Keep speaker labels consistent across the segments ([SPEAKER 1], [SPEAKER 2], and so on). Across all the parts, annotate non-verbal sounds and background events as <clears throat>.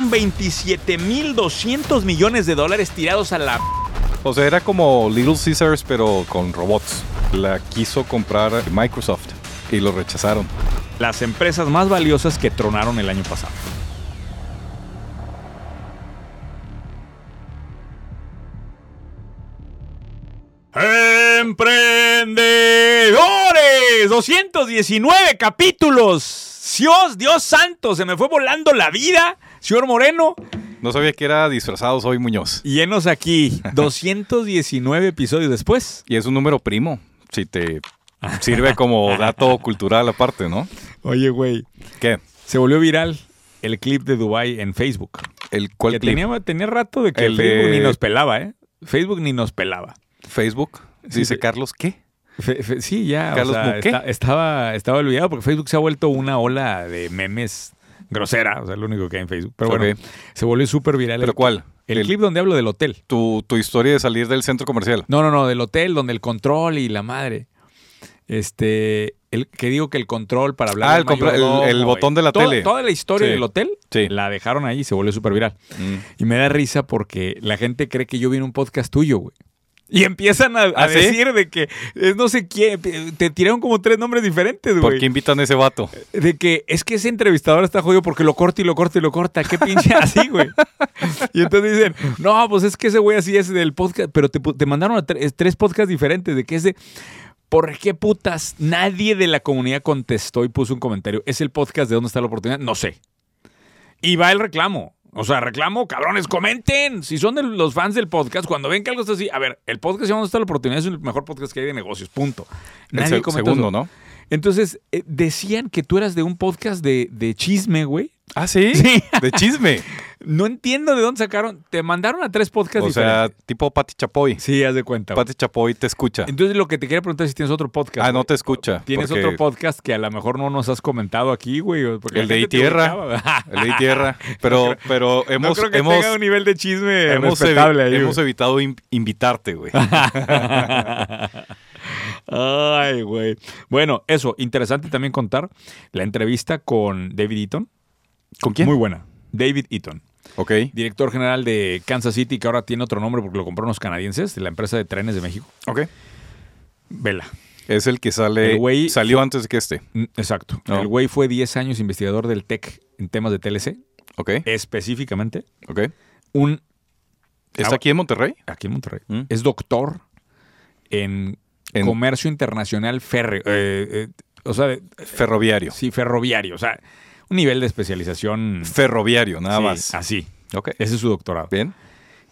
[SPEAKER 1] dejaron 27.200 millones de dólares tirados a la...
[SPEAKER 2] O sea, era como Little Caesars, pero con robots. La quiso comprar Microsoft y lo rechazaron.
[SPEAKER 1] Las empresas más valiosas que tronaron el año pasado. ¡Emprendedores! 219 capítulos. Dios, Dios santo, se me fue volando la vida, señor Moreno.
[SPEAKER 2] No sabía que era disfrazado Soy Muñoz.
[SPEAKER 1] Y enos <laughs> aquí, 219 episodios después.
[SPEAKER 2] Y es un número primo,
[SPEAKER 1] <laughs>
[SPEAKER 2] si te sirve como dato cultural aparte, ¿no?
[SPEAKER 1] Oye, güey,
[SPEAKER 2] ¿Qué?
[SPEAKER 1] se volvió viral el clip de Dubai en Facebook.
[SPEAKER 2] ¿El cuál
[SPEAKER 1] Que
[SPEAKER 2] clip?
[SPEAKER 1] tenía, tenía rato de que
[SPEAKER 2] El de-
[SPEAKER 1] Facebook ni nos pelaba, ¿eh? Facebook ni nos pelaba.
[SPEAKER 2] Facebook.
[SPEAKER 1] Sí,
[SPEAKER 2] Dice
[SPEAKER 1] sí.
[SPEAKER 2] Carlos, ¿qué?
[SPEAKER 1] Fe- fe- sí, ya. o
[SPEAKER 2] Carlos
[SPEAKER 1] sea,
[SPEAKER 2] Buqué.
[SPEAKER 1] esta- estaba, estaba olvidado porque Facebook se ha vuelto una ola de memes grosera. O sea, lo único que hay en Facebook. Pero bueno,
[SPEAKER 2] Ok.
[SPEAKER 1] se volvió súper viral.
[SPEAKER 2] ¿Pero
[SPEAKER 1] el-
[SPEAKER 2] cuál?
[SPEAKER 1] El,
[SPEAKER 2] El-
[SPEAKER 1] clip donde hablo del hotel.
[SPEAKER 2] Tu, tu historia de salir del centro comercial.
[SPEAKER 1] No, no, no, del hotel donde el control y la madre. Este, el que digo que el control para hablar.
[SPEAKER 2] Ah,
[SPEAKER 1] del
[SPEAKER 2] el compra- el-
[SPEAKER 1] mayordomo,
[SPEAKER 2] el
[SPEAKER 1] güey.
[SPEAKER 2] botón de la
[SPEAKER 1] Toda-
[SPEAKER 2] tele.
[SPEAKER 1] Toda la historia
[SPEAKER 2] Sí.
[SPEAKER 1] del hotel
[SPEAKER 2] Sí.
[SPEAKER 1] la dejaron ahí y se volvió súper viral.
[SPEAKER 2] Mm.
[SPEAKER 1] Y me da risa porque la gente cree que yo vi en un podcast tuyo, güey. Y empiezan a, a
[SPEAKER 2] ¿Ah, sí?
[SPEAKER 1] decir de que es no sé quién. Te tiraron como tres nombres diferentes,
[SPEAKER 2] ¿Por
[SPEAKER 1] güey.
[SPEAKER 2] qué invitan a ese vato?
[SPEAKER 1] De que es que ese entrevistador está jodido porque lo corta y lo corta y lo corta. Qué pinche así, güey. Y entonces dicen, no, pues es que ese güey así es del podcast. Pero te, pu- te mandaron a tre- tres podcasts diferentes. De que ese. ¿Por qué putas? Nadie de la comunidad contestó y puso un comentario. ¿Es el podcast de dónde está la oportunidad? No sé. Y va el reclamo. O sea, reclamo, cabrones, comenten. Si son de los fans del podcast, cuando ven que algo está así, a ver, el podcast de dónde está la oportunidad es el mejor podcast que hay de negocios, punto.
[SPEAKER 2] El
[SPEAKER 1] Nadie
[SPEAKER 2] se-
[SPEAKER 1] comentó
[SPEAKER 2] segundo,
[SPEAKER 1] eso.
[SPEAKER 2] ¿no?
[SPEAKER 1] Entonces, eh, decían que tú eras de un podcast de, de chisme, güey.
[SPEAKER 2] Ah, sí.
[SPEAKER 1] Sí.
[SPEAKER 2] De
[SPEAKER 1] <laughs>
[SPEAKER 2] chisme.
[SPEAKER 1] No entiendo de dónde sacaron. Te mandaron a tres podcasts
[SPEAKER 2] o sea,
[SPEAKER 1] diferentes.
[SPEAKER 2] tipo Pati Chapoy.
[SPEAKER 1] Sí, haz de cuenta. güey.
[SPEAKER 2] Pati Chapoy te escucha.
[SPEAKER 1] Entonces, lo que te quería preguntar es si tienes otro podcast.
[SPEAKER 2] Ah, no
[SPEAKER 1] güey.
[SPEAKER 2] te escucha.
[SPEAKER 1] Tienes
[SPEAKER 2] porque
[SPEAKER 1] otro podcast que a lo mejor no nos has comentado aquí, güey. porque la
[SPEAKER 2] El de
[SPEAKER 1] gente te <laughs>
[SPEAKER 2] Tierra.
[SPEAKER 1] ubicaba. Ah,
[SPEAKER 2] El de Tierra. Pero, pero
[SPEAKER 1] No
[SPEAKER 2] hemos,
[SPEAKER 1] creo que
[SPEAKER 2] hemos,
[SPEAKER 1] tenga un nivel de chisme
[SPEAKER 2] hemos, evi-
[SPEAKER 1] respetable ahí,
[SPEAKER 2] hemos
[SPEAKER 1] güey.
[SPEAKER 2] evitado in-
[SPEAKER 1] <laughs>
[SPEAKER 2] invitarte, güey.
[SPEAKER 1] Ay, güey. Bueno, eso. Interesante también contar la entrevista con David Eaton.
[SPEAKER 2] ¿Con quién?
[SPEAKER 1] Muy buena. David Eaton.
[SPEAKER 2] Ok.
[SPEAKER 1] director general de Kansas City, que ahora tiene otro nombre porque lo compraron los canadienses, de la empresa de trenes de México.
[SPEAKER 2] Ok.
[SPEAKER 1] Vela.
[SPEAKER 2] Es el que sale.
[SPEAKER 1] El güey-
[SPEAKER 2] salió antes que este.
[SPEAKER 1] Mm, Exacto.
[SPEAKER 2] No.
[SPEAKER 1] El güey fue 10 años investigador del TEC en temas de TLC,
[SPEAKER 2] Ok.
[SPEAKER 1] específicamente.
[SPEAKER 2] Ok.
[SPEAKER 1] Un, Ah,
[SPEAKER 2] ¿Está aquí en Monterrey?
[SPEAKER 1] aquí en Monterrey,
[SPEAKER 2] Mm.
[SPEAKER 1] es doctor en,
[SPEAKER 2] En-
[SPEAKER 1] comercio internacional férreo. eh, eh, o sea, de-
[SPEAKER 2] Ferroviario.
[SPEAKER 1] sí, ferroviario. O sea, un nivel de especialización.
[SPEAKER 2] Ferroviario, nada
[SPEAKER 1] sí, Ah,
[SPEAKER 2] más.
[SPEAKER 1] Así.
[SPEAKER 2] Ok.
[SPEAKER 1] Ese es su doctorado.
[SPEAKER 2] Bien.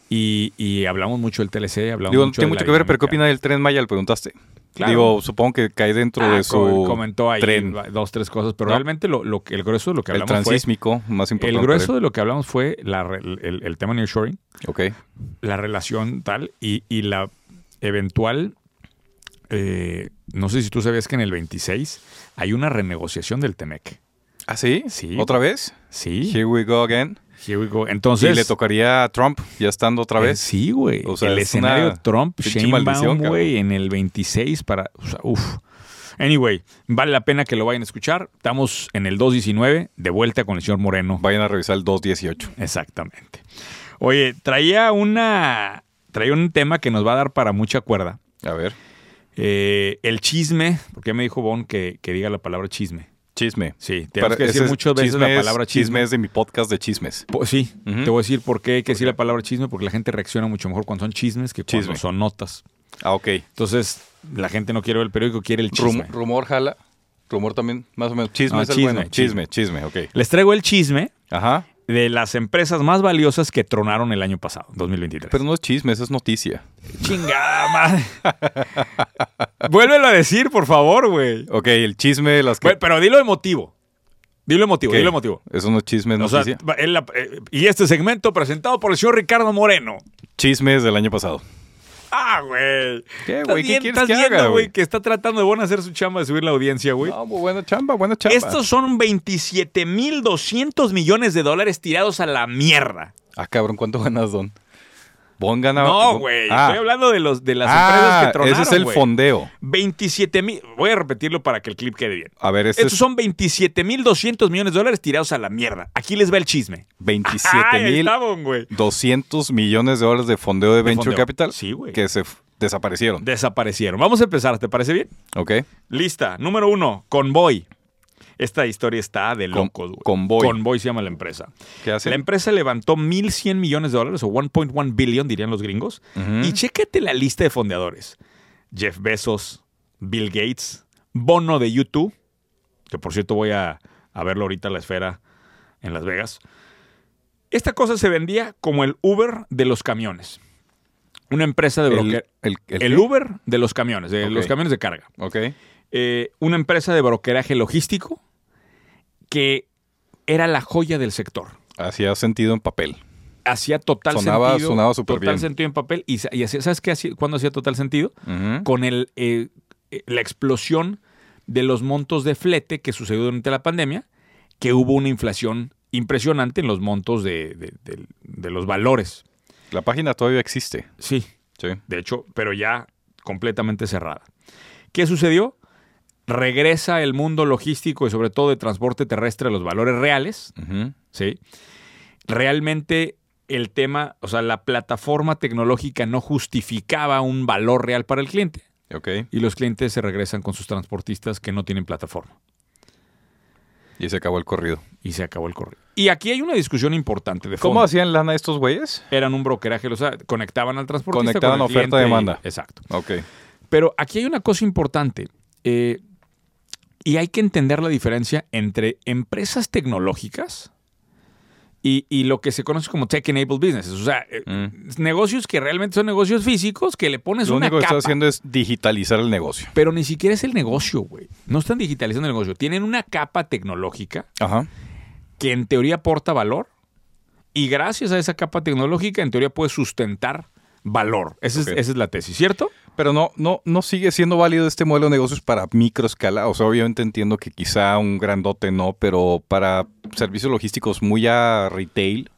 [SPEAKER 1] Y, y hablamos mucho del TLC, hablamos
[SPEAKER 2] Digo, no
[SPEAKER 1] mucho
[SPEAKER 2] tiene
[SPEAKER 1] de
[SPEAKER 2] mucho
[SPEAKER 1] la
[SPEAKER 2] que ver, pero ¿qué
[SPEAKER 1] dinámica.
[SPEAKER 2] opina del tren Maya? Le preguntaste.
[SPEAKER 1] Claro.
[SPEAKER 2] Digo, supongo que cae dentro
[SPEAKER 1] Ah,
[SPEAKER 2] de su
[SPEAKER 1] co- comentó ahí
[SPEAKER 2] tren.
[SPEAKER 1] va- dos tres cosas pero
[SPEAKER 2] No.
[SPEAKER 1] realmente lo, lo que- el grueso de lo que
[SPEAKER 2] El
[SPEAKER 1] hablamos fue
[SPEAKER 2] transísmico, más importante.
[SPEAKER 1] el grueso de lo que hablamos fue la re- el, el tema nearshoring
[SPEAKER 2] Ok.
[SPEAKER 1] la relación tal y, y la eventual eh, no sé si tú sabías que en el 26 hay una renegociación del Temec
[SPEAKER 2] ¿Ah, sí?
[SPEAKER 1] Sí.
[SPEAKER 2] ¿Otra vez?
[SPEAKER 1] sí
[SPEAKER 2] Here we go again.
[SPEAKER 1] here we go. entonces
[SPEAKER 2] y le tocaría a Trump, ya estando otra
[SPEAKER 1] Eh,
[SPEAKER 2] vez.
[SPEAKER 1] sí güey
[SPEAKER 2] O sea,
[SPEAKER 1] el
[SPEAKER 2] es
[SPEAKER 1] escenario
[SPEAKER 2] una
[SPEAKER 1] Trump
[SPEAKER 2] pinche
[SPEAKER 1] Sheinbaum
[SPEAKER 2] maldición,
[SPEAKER 1] güey en el 26 para o sea, uf. Anyway, vale la pena que lo vayan a escuchar. Estamos en el 219, de vuelta con el señor Moreno.
[SPEAKER 2] Vayan a revisar el 218.
[SPEAKER 1] Exactamente. Oye, traía una. Traía un tema que nos va a dar para mucha cuerda.
[SPEAKER 2] A ver.
[SPEAKER 1] Eh, el chisme, porque ya me dijo Bon que, que diga la palabra chisme.
[SPEAKER 2] Chisme.
[SPEAKER 1] Sí,
[SPEAKER 2] Para-
[SPEAKER 1] tenemos que decir
[SPEAKER 2] ese es-
[SPEAKER 1] muchas veces
[SPEAKER 2] chisme
[SPEAKER 1] la
[SPEAKER 2] es-
[SPEAKER 1] palabra chisme.
[SPEAKER 2] es de mi podcast de chismes.
[SPEAKER 1] Po- sí,
[SPEAKER 2] Ujú.
[SPEAKER 1] te voy a decir por qué hay que decir la palabra chisme, porque la gente reacciona mucho mejor cuando son chismes que cuando
[SPEAKER 2] Chisme.
[SPEAKER 1] son notas.
[SPEAKER 2] Ah, ok.
[SPEAKER 1] Entonces, la gente no quiere ver el periódico, quiere el
[SPEAKER 2] Rum-
[SPEAKER 1] chisme.
[SPEAKER 2] rumor jala. Rumor también, más o menos. Chisme
[SPEAKER 1] No,
[SPEAKER 2] es el
[SPEAKER 1] chisme,
[SPEAKER 2] bueno. Chisme, chisme, ok.
[SPEAKER 1] Les traigo el chisme
[SPEAKER 2] Ajá.
[SPEAKER 1] de las empresas más valiosas que tronaron el año pasado, 2023.
[SPEAKER 2] Pero no es chisme, eso es noticia.
[SPEAKER 1] Chingada madre. Vuélvelo a decir, por favor, güey.
[SPEAKER 2] Ok, el chisme de las que.
[SPEAKER 1] Güey, Pero dilo emotivo. Dilo emotivo,
[SPEAKER 2] ¿Qué?
[SPEAKER 1] dilo emotivo.
[SPEAKER 2] Eso no es chisme, es
[SPEAKER 1] O sea,
[SPEAKER 2] noticia.
[SPEAKER 1] va- en la- eh, y este segmento presentado por el señor Ricardo Moreno.
[SPEAKER 2] Chismes del año pasado.
[SPEAKER 1] Ah, güey.
[SPEAKER 2] ¿Qué,
[SPEAKER 1] Estás
[SPEAKER 2] güey? ¿Qué
[SPEAKER 1] bien-
[SPEAKER 2] quieres
[SPEAKER 1] estás
[SPEAKER 2] que haga,
[SPEAKER 1] viendo, güey,
[SPEAKER 2] güey?
[SPEAKER 1] que está tratando de bueno hacer su chamba de subir la audiencia, güey.
[SPEAKER 2] No, buena chamba, buena chamba.
[SPEAKER 1] Estos son 27.200 millones de dólares tirados a la mierda.
[SPEAKER 2] Ah, cabrón, ¿cuánto ganas, Don? Pongan a.
[SPEAKER 1] No, güey.
[SPEAKER 2] Ah.
[SPEAKER 1] Estoy hablando de, los, de las
[SPEAKER 2] Ah,
[SPEAKER 1] empresas que tronaron,
[SPEAKER 2] Ese es el
[SPEAKER 1] güey.
[SPEAKER 2] fondeo.
[SPEAKER 1] 27 mil. Voy a repetirlo para que el clip quede bien.
[SPEAKER 2] A ver, este
[SPEAKER 1] Estos
[SPEAKER 2] es
[SPEAKER 1] son 27 mil 200 millones de dólares tirados a la mierda. Aquí les va el chisme.
[SPEAKER 2] 27
[SPEAKER 1] Ay, ahí
[SPEAKER 2] mil
[SPEAKER 1] estaban, güey.
[SPEAKER 2] 200 millones de dólares de fondeo de, Venture
[SPEAKER 1] fondeo.
[SPEAKER 2] Capital
[SPEAKER 1] Sí, güey.
[SPEAKER 2] que se f- desaparecieron.
[SPEAKER 1] Desaparecieron. Vamos a empezar, ¿te parece bien?
[SPEAKER 2] ¿Ok?
[SPEAKER 1] Lista. Número uno, Convoy. Esta historia está de
[SPEAKER 2] Con-
[SPEAKER 1] locos, güey.
[SPEAKER 2] Convoy.
[SPEAKER 1] Convoy se llama la empresa.
[SPEAKER 2] ¿Qué hacen?
[SPEAKER 1] La empresa levantó 1.100 millones de dólares, o 1.1 billion, dirían los gringos.
[SPEAKER 2] Ujú.
[SPEAKER 1] Y chécate la lista de fondeadores. Jeff Bezos, Bill Gates, Bono de YouTube, que por cierto voy a, a verlo ahorita en la esfera en Las Vegas. Esta cosa se vendía como el Uber de los camiones. Una empresa de
[SPEAKER 2] El,
[SPEAKER 1] broker.
[SPEAKER 2] el- el-
[SPEAKER 1] El, Uber de los camiones, de
[SPEAKER 2] Ok.
[SPEAKER 1] los camiones de carga.
[SPEAKER 2] Ok.
[SPEAKER 1] Eh, una empresa de brokeraje logístico que era la joya del sector
[SPEAKER 2] Hacía sentido en papel.
[SPEAKER 1] hacía total
[SPEAKER 2] Sonaba-
[SPEAKER 1] sentido.
[SPEAKER 2] sonaba súper
[SPEAKER 1] Total
[SPEAKER 2] bien.
[SPEAKER 1] sentido en papel. Y, sa- y hacía- ¿sabes qué hacía, cuándo hacía total sentido?
[SPEAKER 2] Ujú.
[SPEAKER 1] Con el, eh, eh, la explosión de los montos de flete que sucedió durante la pandemia, que hubo una inflación impresionante en los montos de, de- de- de los valores.
[SPEAKER 2] La página todavía existe.
[SPEAKER 1] Sí,
[SPEAKER 2] Sí.
[SPEAKER 1] de hecho, pero ya completamente cerrada. ¿Qué sucedió? Regresa el mundo logístico y sobre todo de transporte terrestre a los valores reales,
[SPEAKER 2] Ujú.
[SPEAKER 1] ¿sí? Realmente el tema, o sea, la plataforma tecnológica no justificaba un valor real para el cliente
[SPEAKER 2] Ok.
[SPEAKER 1] y los clientes se regresan con sus transportistas que no tienen plataforma
[SPEAKER 2] Y se acabó el corrido.
[SPEAKER 1] y se acabó el correo. Y aquí hay una discusión importante de
[SPEAKER 2] ¿Cómo
[SPEAKER 1] fondo.
[SPEAKER 2] hacían lana estos güeyes?
[SPEAKER 1] Eran un brokeraje, o sea, conectaban al transportista.
[SPEAKER 2] Conectaban
[SPEAKER 1] con el cliente
[SPEAKER 2] oferta-demanda.
[SPEAKER 1] y- exacto.
[SPEAKER 2] Ok.
[SPEAKER 1] Pero aquí hay una cosa importante eh, y hay que entender la diferencia entre empresas tecnológicas y, y lo que se conoce como tech-enabled businesses. O sea, eh,
[SPEAKER 2] Mm.
[SPEAKER 1] negocios que realmente son negocios físicos que le pones
[SPEAKER 2] Lo
[SPEAKER 1] una
[SPEAKER 2] único que está
[SPEAKER 1] capa.
[SPEAKER 2] haciendo es digitalizar el negocio.
[SPEAKER 1] Pero ni siquiera es el negocio, güey. No están digitalizando el negocio. Tienen una capa tecnológica
[SPEAKER 2] Ajá.
[SPEAKER 1] que en teoría aporta valor y gracias a esa capa tecnológica en teoría puede sustentar valor. Esa,
[SPEAKER 2] Ok.
[SPEAKER 1] es, esa es la tesis, ¿cierto?
[SPEAKER 2] Pero no, no, no sigue siendo válido este modelo de negocios para microescala. O sea, obviamente entiendo que quizá un grandote no, pero para servicios logísticos muy a retail,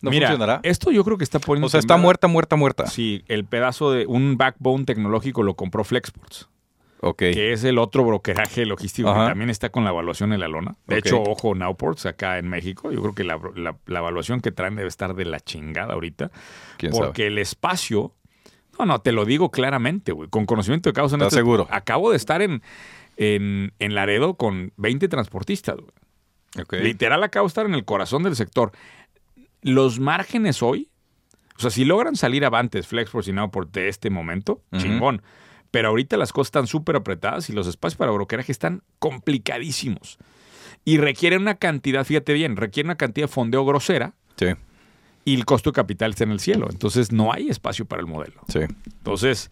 [SPEAKER 2] ¿no
[SPEAKER 1] Mira,
[SPEAKER 2] funcionará?
[SPEAKER 1] esto yo creo que está poniendo...
[SPEAKER 2] O sea, está
[SPEAKER 1] temblor-
[SPEAKER 2] muerta, muerta, muerta.
[SPEAKER 1] Sí, el pedazo de un backbone tecnológico lo compró Flexports,
[SPEAKER 2] Ok.
[SPEAKER 1] que es el otro brokeraje logístico
[SPEAKER 2] Ajá.
[SPEAKER 1] que también está con la evaluación en la lona. De
[SPEAKER 2] Ok.
[SPEAKER 1] hecho, ojo, Nowports acá en México, yo creo que la, la- la evaluación que traen debe estar de la chingada ahorita,
[SPEAKER 2] ¿Quién sabe?
[SPEAKER 1] porque el espacio, no, no, te lo digo claramente, güey, con conocimiento de causa. en
[SPEAKER 2] ¿Estás
[SPEAKER 1] esto-
[SPEAKER 2] seguro?
[SPEAKER 1] Acabo de estar en, en, en Laredo con 20 transportistas, güey.
[SPEAKER 2] Ok.
[SPEAKER 1] Literal acabo de estar en el corazón del sector. Los márgenes hoy, o sea, si logran salir avantes Flexforce y Nowport de este momento,
[SPEAKER 2] Ujú.
[SPEAKER 1] chingón. Pero ahorita las cosas están súper apretadas y los espacios para brokeraje están complicadísimos. Y requieren una cantidad, fíjate bien, requieren una cantidad de fondeo grosera
[SPEAKER 2] Sí,
[SPEAKER 1] y el costo de capital está en el cielo. Entonces no hay espacio para el modelo.
[SPEAKER 2] sí.
[SPEAKER 1] Entonces,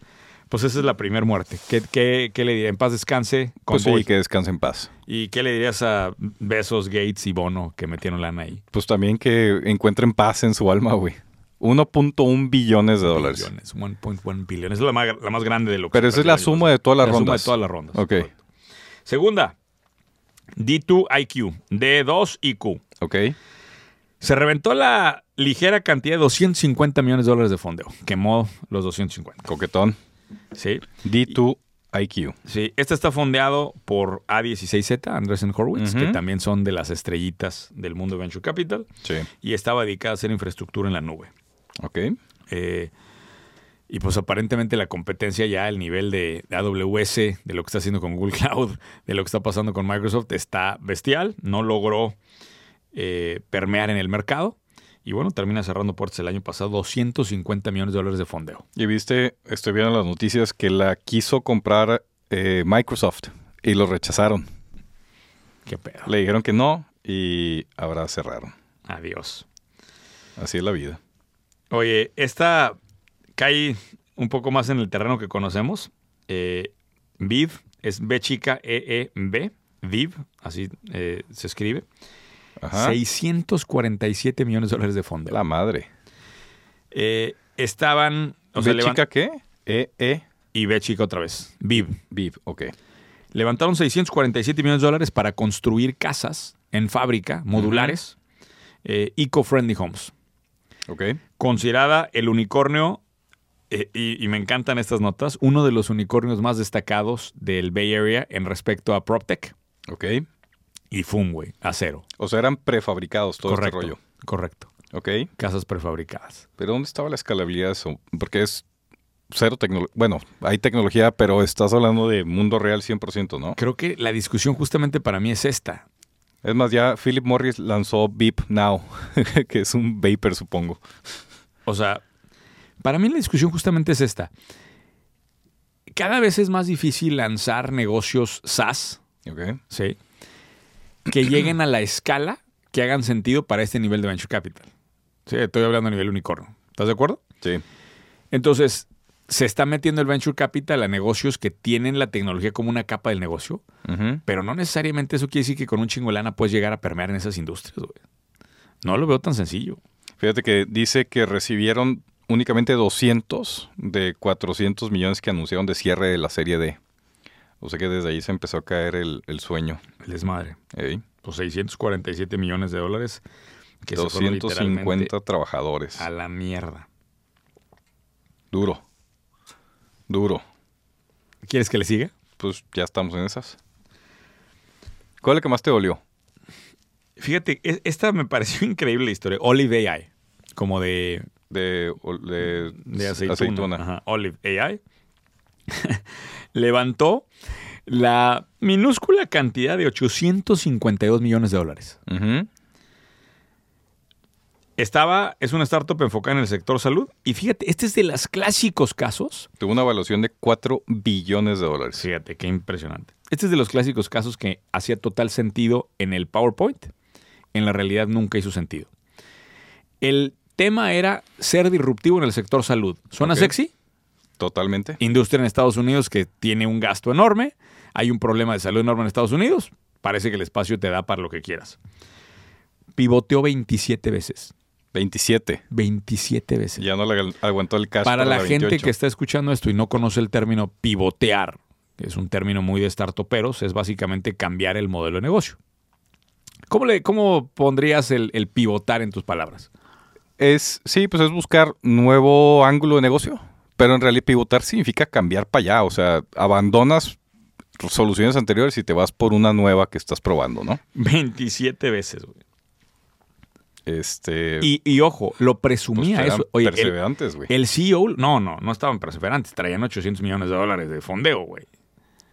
[SPEAKER 1] pues esa es la primera muerte. ¿Qué, qué- qué le diría? En paz descanse.
[SPEAKER 2] Pues
[SPEAKER 1] Convoy.
[SPEAKER 2] sí, que descanse en paz.
[SPEAKER 1] ¿Y qué le dirías a Besos, Gates y Bono que metieron lana ahí?
[SPEAKER 2] Pues también que encuentren paz en su alma, güey. 1.1 billones de dólares.
[SPEAKER 1] Billones, 1.1 billones. Es la más, la más grande de lo que
[SPEAKER 2] Pero esa
[SPEAKER 1] se
[SPEAKER 2] es la
[SPEAKER 1] perdió el año
[SPEAKER 2] suma de
[SPEAKER 1] pasado.
[SPEAKER 2] todas
[SPEAKER 1] La
[SPEAKER 2] las
[SPEAKER 1] suma
[SPEAKER 2] rondas.
[SPEAKER 1] de todas las rondas.
[SPEAKER 2] Ok.
[SPEAKER 1] correcto. Segunda, D2IQ, D2IQ.
[SPEAKER 2] Ok.
[SPEAKER 1] Se reventó la ligera cantidad de 250 millones de dólares de fondeo. Quemó los 250.
[SPEAKER 2] Coquetón.
[SPEAKER 1] Sí,
[SPEAKER 2] D2 IQ.
[SPEAKER 1] sí. Este está fondeado por A16Z, Andresen Horwitz,
[SPEAKER 2] Ujú.
[SPEAKER 1] que también son de las estrellitas del mundo de Venture Capital,
[SPEAKER 2] Sí.
[SPEAKER 1] y estaba dedicada a hacer infraestructura en la nube.
[SPEAKER 2] Ok.
[SPEAKER 1] Eh, y pues aparentemente la competencia ya el nivel de, de AWS, de lo que está haciendo con Google Cloud, de lo que está pasando con Microsoft, está bestial. No logró eh, permear en el mercado. Y bueno, termina cerrando puertas el año pasado 250 millones de dólares de fondeo.
[SPEAKER 2] Y viste, estoy viendo las noticias que la quiso comprar eh, Microsoft y lo rechazaron.
[SPEAKER 1] Qué pedo.
[SPEAKER 2] Le dijeron que no y ahora cerraron.
[SPEAKER 1] Adiós.
[SPEAKER 2] Así es la vida.
[SPEAKER 1] Oye, esta cae un poco más en el terreno que conocemos. Eh, Viv es B chica E E B. Viv, así eh, se escribe.
[SPEAKER 2] Ajá.
[SPEAKER 1] 647 millones de dólares de fondo.
[SPEAKER 2] La madre.
[SPEAKER 1] Eh, estaban. o
[SPEAKER 2] ¿De
[SPEAKER 1] sea, levan-
[SPEAKER 2] chica qué? E, E,
[SPEAKER 1] Y ve chica otra vez. Viv.
[SPEAKER 2] Viv. Ok.
[SPEAKER 1] Levantaron 647 millones de dólares para construir casas en fábrica, modulares, eh, eco-friendly homes.
[SPEAKER 2] Ok.
[SPEAKER 1] considerada el unicornio, eh, y, y me encantan estas notas, uno de los unicornios más destacados del Bay Area en respecto a PropTech
[SPEAKER 2] Ok.
[SPEAKER 1] y Funway, acero.
[SPEAKER 2] O sea, eran prefabricados todo este rollo.
[SPEAKER 1] Correcto.
[SPEAKER 2] Ok.
[SPEAKER 1] Casas prefabricadas.
[SPEAKER 2] Pero ¿dónde estaba la escalabilidad de eso? Porque es cero tecnología. Bueno, hay tecnología, pero estás hablando de mundo real 100%, ¿no?
[SPEAKER 1] Creo que la discusión justamente para mí es esta.
[SPEAKER 2] Es más, ya Philip Morris lanzó Beep Now, <laughs> que es un vapor, supongo.
[SPEAKER 1] O sea, para mí la discusión justamente es esta. Cada vez es más difícil lanzar negocios SaaS,
[SPEAKER 2] Ok.
[SPEAKER 1] ¿sí? Que lleguen a la escala que hagan sentido para este nivel de venture capital. Sí, estoy hablando a nivel unicornio. ¿Estás de acuerdo?
[SPEAKER 2] Sí.
[SPEAKER 1] Entonces, se está metiendo el venture capital a negocios que tienen la tecnología como una capa del negocio,
[SPEAKER 2] Ujú.
[SPEAKER 1] pero no necesariamente eso quiere decir que con un chingo de lana puedes llegar a permear en esas industrias, güey. No lo veo tan sencillo.
[SPEAKER 2] Fíjate que dice que recibieron únicamente 200 de 400 millones que anunciaron de cierre de la serie D. O sea que desde ahí se empezó a caer el, el sueño. ¿eh?
[SPEAKER 1] El desmadre.
[SPEAKER 2] Ey,
[SPEAKER 1] Los 647 millones de dólares que se fueron literalmente
[SPEAKER 2] 250 trabajadores.
[SPEAKER 1] a la mierda.
[SPEAKER 2] Duro. Duro.
[SPEAKER 1] ¿Quieres que le siga?
[SPEAKER 2] Pues ya estamos en esas. ¿Cuál es la que más te dolió?
[SPEAKER 1] Fíjate, e- esta me <laughs> pareció increíble la historia. Olive AI, como de
[SPEAKER 2] De, ol- de,
[SPEAKER 1] de
[SPEAKER 2] s-
[SPEAKER 1] aceituna, ajá, Olive AI, <laughs> levantó la minúscula cantidad de 852 millones de dólares.
[SPEAKER 2] Ujú.
[SPEAKER 1] Estaba, es una startup enfocada en el sector salud. Y fíjate, este es de los clásicos casos.
[SPEAKER 2] Tuvo una evaluación de 4 billones de dólares.
[SPEAKER 1] Fíjate, qué impresionante. Este es de los clásicos casos que hacía total sentido en el PowerPoint. En la realidad nunca hizo sentido. El tema era ser disruptivo en el sector salud. ¿Suena
[SPEAKER 2] Ok.
[SPEAKER 1] sexy?
[SPEAKER 2] Totalmente.
[SPEAKER 1] industria en Estados Unidos que tiene un gasto enorme, hay un problema de salud enorme en Estados Unidos, parece que el espacio te da para lo que quieras. Pivoteó 27 veces,
[SPEAKER 2] 27.
[SPEAKER 1] 27 veces.
[SPEAKER 2] este, Ya no le agu- aguantó el cash.
[SPEAKER 1] para la, gente
[SPEAKER 2] 28.
[SPEAKER 1] que está escuchando esto y no conoce el término pivotear, que es un término muy de startuperos, es básicamente cambiar el modelo de negocio. ¿Cómo, le, cómo pondrías el, el pivotar en tus palabras?
[SPEAKER 2] Es, sí, pues es buscar nuevo ángulo de negocio. Pero en realidad pivotar significa cambiar para allá. O sea, abandonas soluciones anteriores y te vas por una nueva que estás probando, ¿no?
[SPEAKER 1] 27 veces, güey.
[SPEAKER 2] Este.
[SPEAKER 1] Y, y ojo, lo
[SPEAKER 2] pues,
[SPEAKER 1] presumía
[SPEAKER 2] eran
[SPEAKER 1] eso. Oye, el-
[SPEAKER 2] perseverantes, güey.
[SPEAKER 1] El CEO, no, no, no estaban perseverantes, traían 800 millones de dólares de fondeo, güey.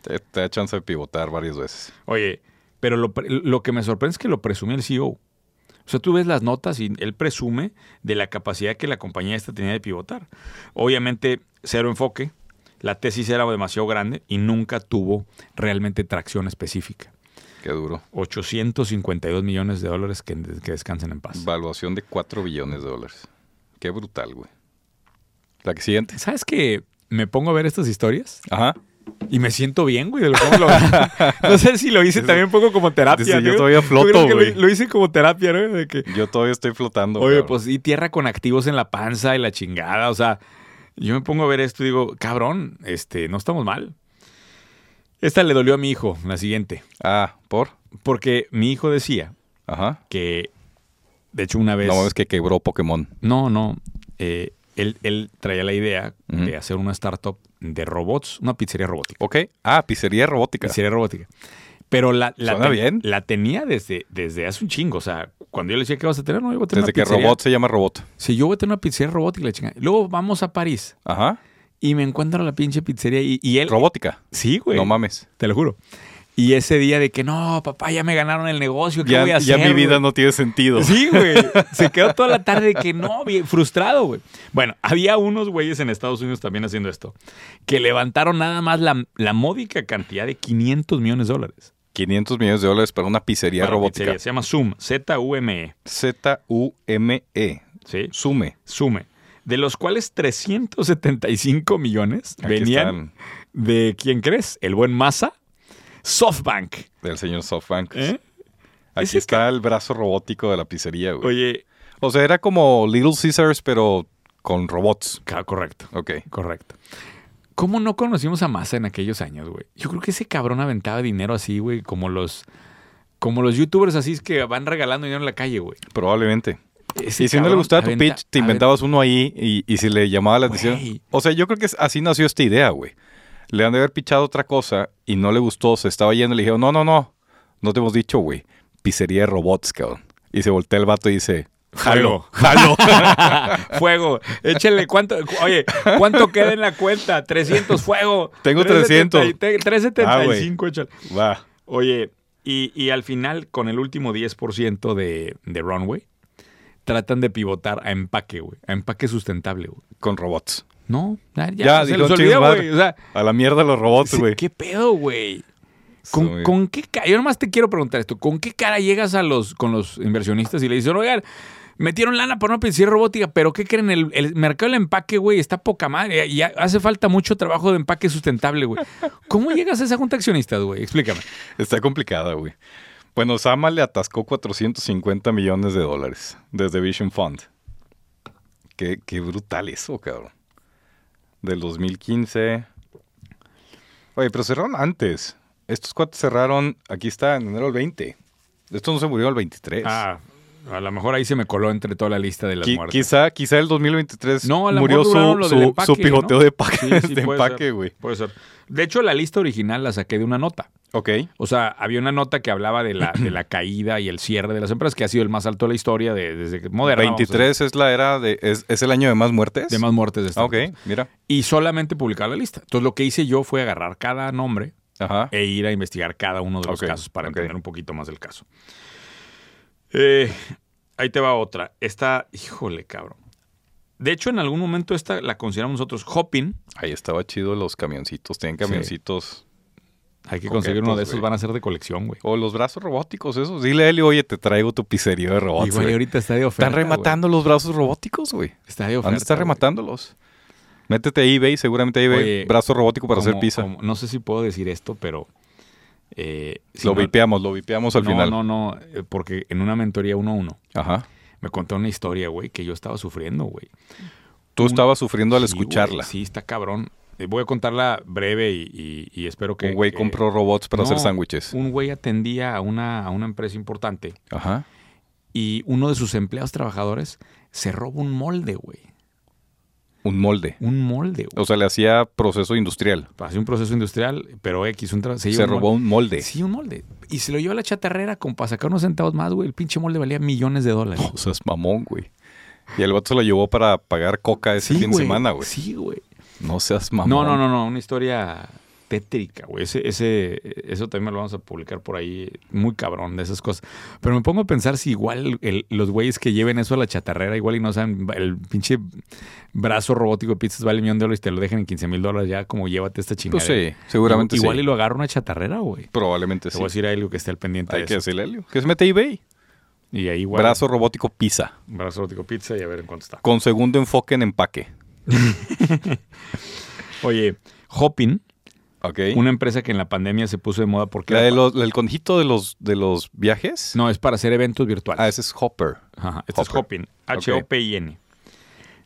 [SPEAKER 2] Te, te da chance de pivotar varias veces.
[SPEAKER 1] Oye, pero lo, pre- lo que me sorprende es que lo presume el CEO. O sea, tú ves las notas y él presume de la capacidad que la compañía esta tenía de pivotar. Obviamente, cero enfoque, la tesis era demasiado grande y nunca tuvo realmente tracción específica.
[SPEAKER 2] Qué duro.
[SPEAKER 1] 852 millones de dólares que, que descansen en paz.
[SPEAKER 2] Valuación de 4 billones de dólares. Qué brutal, güey. La que siguiente.
[SPEAKER 1] ¿Sabes que me pongo a ver estas historias?
[SPEAKER 2] Ajá.
[SPEAKER 1] Y me siento bien, güey, de lo cómo lo <laughs> No sé si lo hice también un poco como terapia.
[SPEAKER 2] Dice, yo
[SPEAKER 1] ¿no?
[SPEAKER 2] todavía floto,
[SPEAKER 1] creo que
[SPEAKER 2] güey.
[SPEAKER 1] Lo, lo hice como terapia, ¿no? De que,
[SPEAKER 2] Yo todavía estoy flotando.
[SPEAKER 1] oye,
[SPEAKER 2] cabrón.
[SPEAKER 1] pues, y tierra con activos en la panza y la chingada. O sea, yo me pongo a ver esto y digo, cabrón, este, no estamos mal. Esta le dolió a mi hijo, la siguiente.
[SPEAKER 2] Ah, por.
[SPEAKER 1] Porque mi hijo decía
[SPEAKER 2] Ajá.
[SPEAKER 1] que, de hecho, una vez.
[SPEAKER 2] No mames que quebró Pokémon.
[SPEAKER 1] No, no. eh, él, él traía la idea
[SPEAKER 2] Ujú.
[SPEAKER 1] de hacer una startup de robots, una pizzería robótica.
[SPEAKER 2] Ok. Ah, pizzería robótica.
[SPEAKER 1] Pizzería robótica. Pero la, la,
[SPEAKER 2] Suena
[SPEAKER 1] ten-
[SPEAKER 2] bien.
[SPEAKER 1] la tenía desde, desde hace un chingo. O sea, cuando yo le decía que vas a tener, no, yo voy a tener
[SPEAKER 2] Desde
[SPEAKER 1] una
[SPEAKER 2] que
[SPEAKER 1] pizzería.
[SPEAKER 2] robot se llama robot.
[SPEAKER 1] Sí, yo voy a tener una pizzería robótica, la chingada. Luego vamos a París
[SPEAKER 2] Ajá.
[SPEAKER 1] y me encuentro la pinche pizzería y, y él.
[SPEAKER 2] Robótica.
[SPEAKER 1] Sí, güey.
[SPEAKER 2] No mames.
[SPEAKER 1] Te lo juro. Y ese día de que no, papá, ya me ganaron el negocio, ¿qué
[SPEAKER 2] Ya,
[SPEAKER 1] voy a
[SPEAKER 2] ya
[SPEAKER 1] hacer?
[SPEAKER 2] mi vida
[SPEAKER 1] güey?"
[SPEAKER 2] no tiene sentido.
[SPEAKER 1] Sí,
[SPEAKER 2] <laughs>
[SPEAKER 1] güey. Se quedó toda la tarde de que no, bien frustrado, güey. Bueno, había unos güeyes en Estados Unidos también haciendo esto, que levantaron nada más la, la módica cantidad de 500 millones de dólares.
[SPEAKER 2] 500 millones de dólares para una pizzería
[SPEAKER 1] Para
[SPEAKER 2] robótica.
[SPEAKER 1] pizzería. Se llama Zoom, Z-U-M-E,
[SPEAKER 2] Z-U-M-E.
[SPEAKER 1] E, ¿sí?
[SPEAKER 2] E. Sume.
[SPEAKER 1] Sume. De los cuales 375 millones
[SPEAKER 2] Aquí
[SPEAKER 1] venían
[SPEAKER 2] están
[SPEAKER 1] de, ¿quién crees? El buen Massa, SoftBank.
[SPEAKER 2] del señor SoftBank.
[SPEAKER 1] ¿eh?
[SPEAKER 2] Aquí
[SPEAKER 1] Ese
[SPEAKER 2] está el brazo robótico de la pizzería, güey.
[SPEAKER 1] Oye,
[SPEAKER 2] O sea, era como Little Caesars, pero con robots.
[SPEAKER 1] ca- correcto,
[SPEAKER 2] Ok.
[SPEAKER 1] correcto. ¿Cómo no conocimos a Massa en aquellos años, güey? Yo creo que ese cabrón aventaba dinero así, güey, como los, como los youtubers así es que van regalando dinero en la calle, güey.
[SPEAKER 2] Probablemente.
[SPEAKER 1] Ese
[SPEAKER 2] Y si no le
[SPEAKER 1] cabrón
[SPEAKER 2] gustaba tu
[SPEAKER 1] avienta-
[SPEAKER 2] pitch, te inventabas uno ahí y, y si le llamaba la atención.
[SPEAKER 1] Güey.
[SPEAKER 2] O sea, yo creo que es- así nació esta idea, güey. Le han de haber pichado otra cosa y no le gustó, se estaba yendo y le dijeron, no, no, no, no te hemos dicho, güey. Pizzería de robots, cabrón. Y se voltea el vato y dice, jalo, jalo.
[SPEAKER 1] aventa- Fuego. Échenle cuánto. Oye, ¿cuánto queda en la cuenta? 300, fuego.
[SPEAKER 2] Tengo Ah, 300.
[SPEAKER 1] 375, échale.
[SPEAKER 2] <laughs> Va.
[SPEAKER 1] Oye, y, y al final, con el último 10% de, de Runway, tratan de pivotar a empaque, güey. A empaque sustentable, güey.
[SPEAKER 2] Con robots.
[SPEAKER 1] No, ya,
[SPEAKER 2] Ya,
[SPEAKER 1] se
[SPEAKER 2] dijo,
[SPEAKER 1] los
[SPEAKER 2] "Chingue
[SPEAKER 1] olvidó,
[SPEAKER 2] madre".
[SPEAKER 1] güey. O sea,
[SPEAKER 2] A la mierda los robots,
[SPEAKER 1] sí,
[SPEAKER 2] güey.
[SPEAKER 1] ¿qué pedo, güey? ¿Con,
[SPEAKER 2] Sí.
[SPEAKER 1] con qué cara? Yo nomás te quiero preguntar esto. ¿Con qué cara llegas a los, con los inversionistas y le dices, oigan, metieron lana para una piscina robótica, pero ¿qué creen? El, el mercado del empaque, güey, está poca madre. Y ha- hace falta mucho trabajo de empaque sustentable, güey. ¿Cómo llegas a esa junta de accionistas, güey? Explícame.
[SPEAKER 2] Está complicada, güey. Bueno, Sama le atascó 450 millones de dólares desde Vision Fund. Qué, qué brutal eso, cabrón. Del 2015. Oye, pero cerraron antes. Estos cuatro cerraron, aquí está, en enero del 20. Esto no se murió el 23.
[SPEAKER 1] Ah, a lo mejor ahí se me coló entre toda la lista de las
[SPEAKER 2] Qui-
[SPEAKER 1] muertes.
[SPEAKER 2] quizá, quizá el 2023
[SPEAKER 1] No, a lo
[SPEAKER 2] murió
[SPEAKER 1] mejor
[SPEAKER 2] su,
[SPEAKER 1] duraron lo del
[SPEAKER 2] su-
[SPEAKER 1] empaque,
[SPEAKER 2] su pivoteo
[SPEAKER 1] ¿no?
[SPEAKER 2] de empaque, <laughs>
[SPEAKER 1] Sí, sí,
[SPEAKER 2] de
[SPEAKER 1] puede
[SPEAKER 2] este empaque,
[SPEAKER 1] ser,
[SPEAKER 2] güey.
[SPEAKER 1] Puede ser. De hecho, la lista original la saqué de una nota.
[SPEAKER 2] Ok.
[SPEAKER 1] O sea, había una nota que hablaba de la, de
[SPEAKER 2] <clears throat>
[SPEAKER 1] la caída y el cierre de las empresas, que ha sido el más alto de la historia de- desde que moderna. vamos a decir,
[SPEAKER 2] 23 es la era de. Es, es el año de más muertes.
[SPEAKER 1] de más muertes de
[SPEAKER 2] Ah,
[SPEAKER 1] Estados
[SPEAKER 2] ok,
[SPEAKER 1] Unidos.
[SPEAKER 2] mira.
[SPEAKER 1] Y solamente publicaba la lista. Entonces, lo que hice yo fue agarrar cada nombre
[SPEAKER 2] Ajá.
[SPEAKER 1] e ir a investigar cada uno de los
[SPEAKER 2] Ok,
[SPEAKER 1] casos para
[SPEAKER 2] ok.
[SPEAKER 1] entender un poquito más el caso. Eh, ahí te va otra. Esta, híjole, cabrón. De hecho, en algún momento esta la consideramos nosotros hopping.
[SPEAKER 2] Ahí estaba chido los camioncitos, tenían camioncitos.
[SPEAKER 1] Hay que
[SPEAKER 2] Coquetos,
[SPEAKER 1] conseguir uno de esos,
[SPEAKER 2] güey.
[SPEAKER 1] van a ser de colección, güey.
[SPEAKER 2] O los brazos robóticos, esos. Dile a Eli, oye, te traigo tu pizzería de robots.
[SPEAKER 1] Igual y
[SPEAKER 2] güey.
[SPEAKER 1] ahorita está de oferta.
[SPEAKER 2] Están rematando los brazos robóticos, güey.
[SPEAKER 1] güey. Está de oferta.
[SPEAKER 2] ¿Dónde están
[SPEAKER 1] güey.
[SPEAKER 2] rematándolos? Métete a eBay, seguramente ahí
[SPEAKER 1] Oye,
[SPEAKER 2] ve brazo robótico para hacer
[SPEAKER 1] Como-
[SPEAKER 2] pizza.
[SPEAKER 1] como- no sé si puedo decir esto, pero. eh, si
[SPEAKER 2] lo
[SPEAKER 1] no-
[SPEAKER 2] vipeamos, lo vipeamos al
[SPEAKER 1] no,
[SPEAKER 2] final.
[SPEAKER 1] No, no, eh, porque en una mentoría uno a uno
[SPEAKER 2] Ajá.
[SPEAKER 1] me contó una historia, güey, que yo estaba sufriendo, güey.
[SPEAKER 2] Tú
[SPEAKER 1] Un-
[SPEAKER 2] estabas sufriendo al
[SPEAKER 1] Sí,
[SPEAKER 2] escucharla.
[SPEAKER 1] güey, sí, está cabrón. Eh, Voy a contarla breve y, y- y espero que.
[SPEAKER 2] Un güey
[SPEAKER 1] que-
[SPEAKER 2] compró robots para hacer
[SPEAKER 1] no,
[SPEAKER 2] sándwiches.
[SPEAKER 1] Un güey atendía a una, a una empresa importante
[SPEAKER 2] Ajá.
[SPEAKER 1] y uno de sus empleados trabajadores se roba un molde, güey.
[SPEAKER 2] Un molde.
[SPEAKER 1] Un molde, güey.
[SPEAKER 2] O sea, le hacía proceso industrial.
[SPEAKER 1] Hacía un proceso industrial, pero X, un tra- lleva
[SPEAKER 2] Se
[SPEAKER 1] un molde.
[SPEAKER 2] robó un molde.
[SPEAKER 1] Sí, un molde. Y se lo llevó a la chatarrera con para sacar unos centavos más, güey. El pinche molde valía millones de dólares.
[SPEAKER 2] <laughs> O sea, es mamón, güey. Y el vato se lo llevó para pagar coca <laughs> ese
[SPEAKER 1] Sí,
[SPEAKER 2] fin de semana, güey.
[SPEAKER 1] Sí, güey.
[SPEAKER 2] No seas mamón.
[SPEAKER 1] No, no, no, no. Una historia tétrica, güey. Ese, ese, eso también lo vamos a publicar por ahí. Muy cabrón de esas cosas. Pero me pongo a pensar si igual el- los güeyes que lleven eso a la chatarrera, igual y no saben, el pinche brazo robótico de pizzas vale millón de dólares y te lo dejan en 15 mil dólares ya, como llévate esta chingada.
[SPEAKER 2] Pues sí, seguramente
[SPEAKER 1] igual
[SPEAKER 2] sí.
[SPEAKER 1] y lo agarra una chatarrera, güey. Te
[SPEAKER 2] Probablemente sí.
[SPEAKER 1] voy a decir algo que esté al pendiente
[SPEAKER 2] Hay que
[SPEAKER 1] de eso.
[SPEAKER 2] decirle a Elio. Que se mete a eBay.
[SPEAKER 1] Y ahí, igual.
[SPEAKER 2] Brazo robótico pizza.
[SPEAKER 1] Brazo robótico pizza y a ver en cuánto está.
[SPEAKER 2] Con segundo enfoque en empaque.
[SPEAKER 1] Oye, Hopin,
[SPEAKER 2] ¿Ok?
[SPEAKER 1] una empresa que en la pandemia se puso de moda porque...
[SPEAKER 2] La
[SPEAKER 1] era
[SPEAKER 2] de
[SPEAKER 1] pa-
[SPEAKER 2] los, el conjito de los, de los viajes.
[SPEAKER 1] No, es para hacer eventos virtuales.
[SPEAKER 2] Ah, ese es Hopper.
[SPEAKER 1] Ajá, este es
[SPEAKER 2] Hopper.
[SPEAKER 1] Hopin, H-O-P-I-N.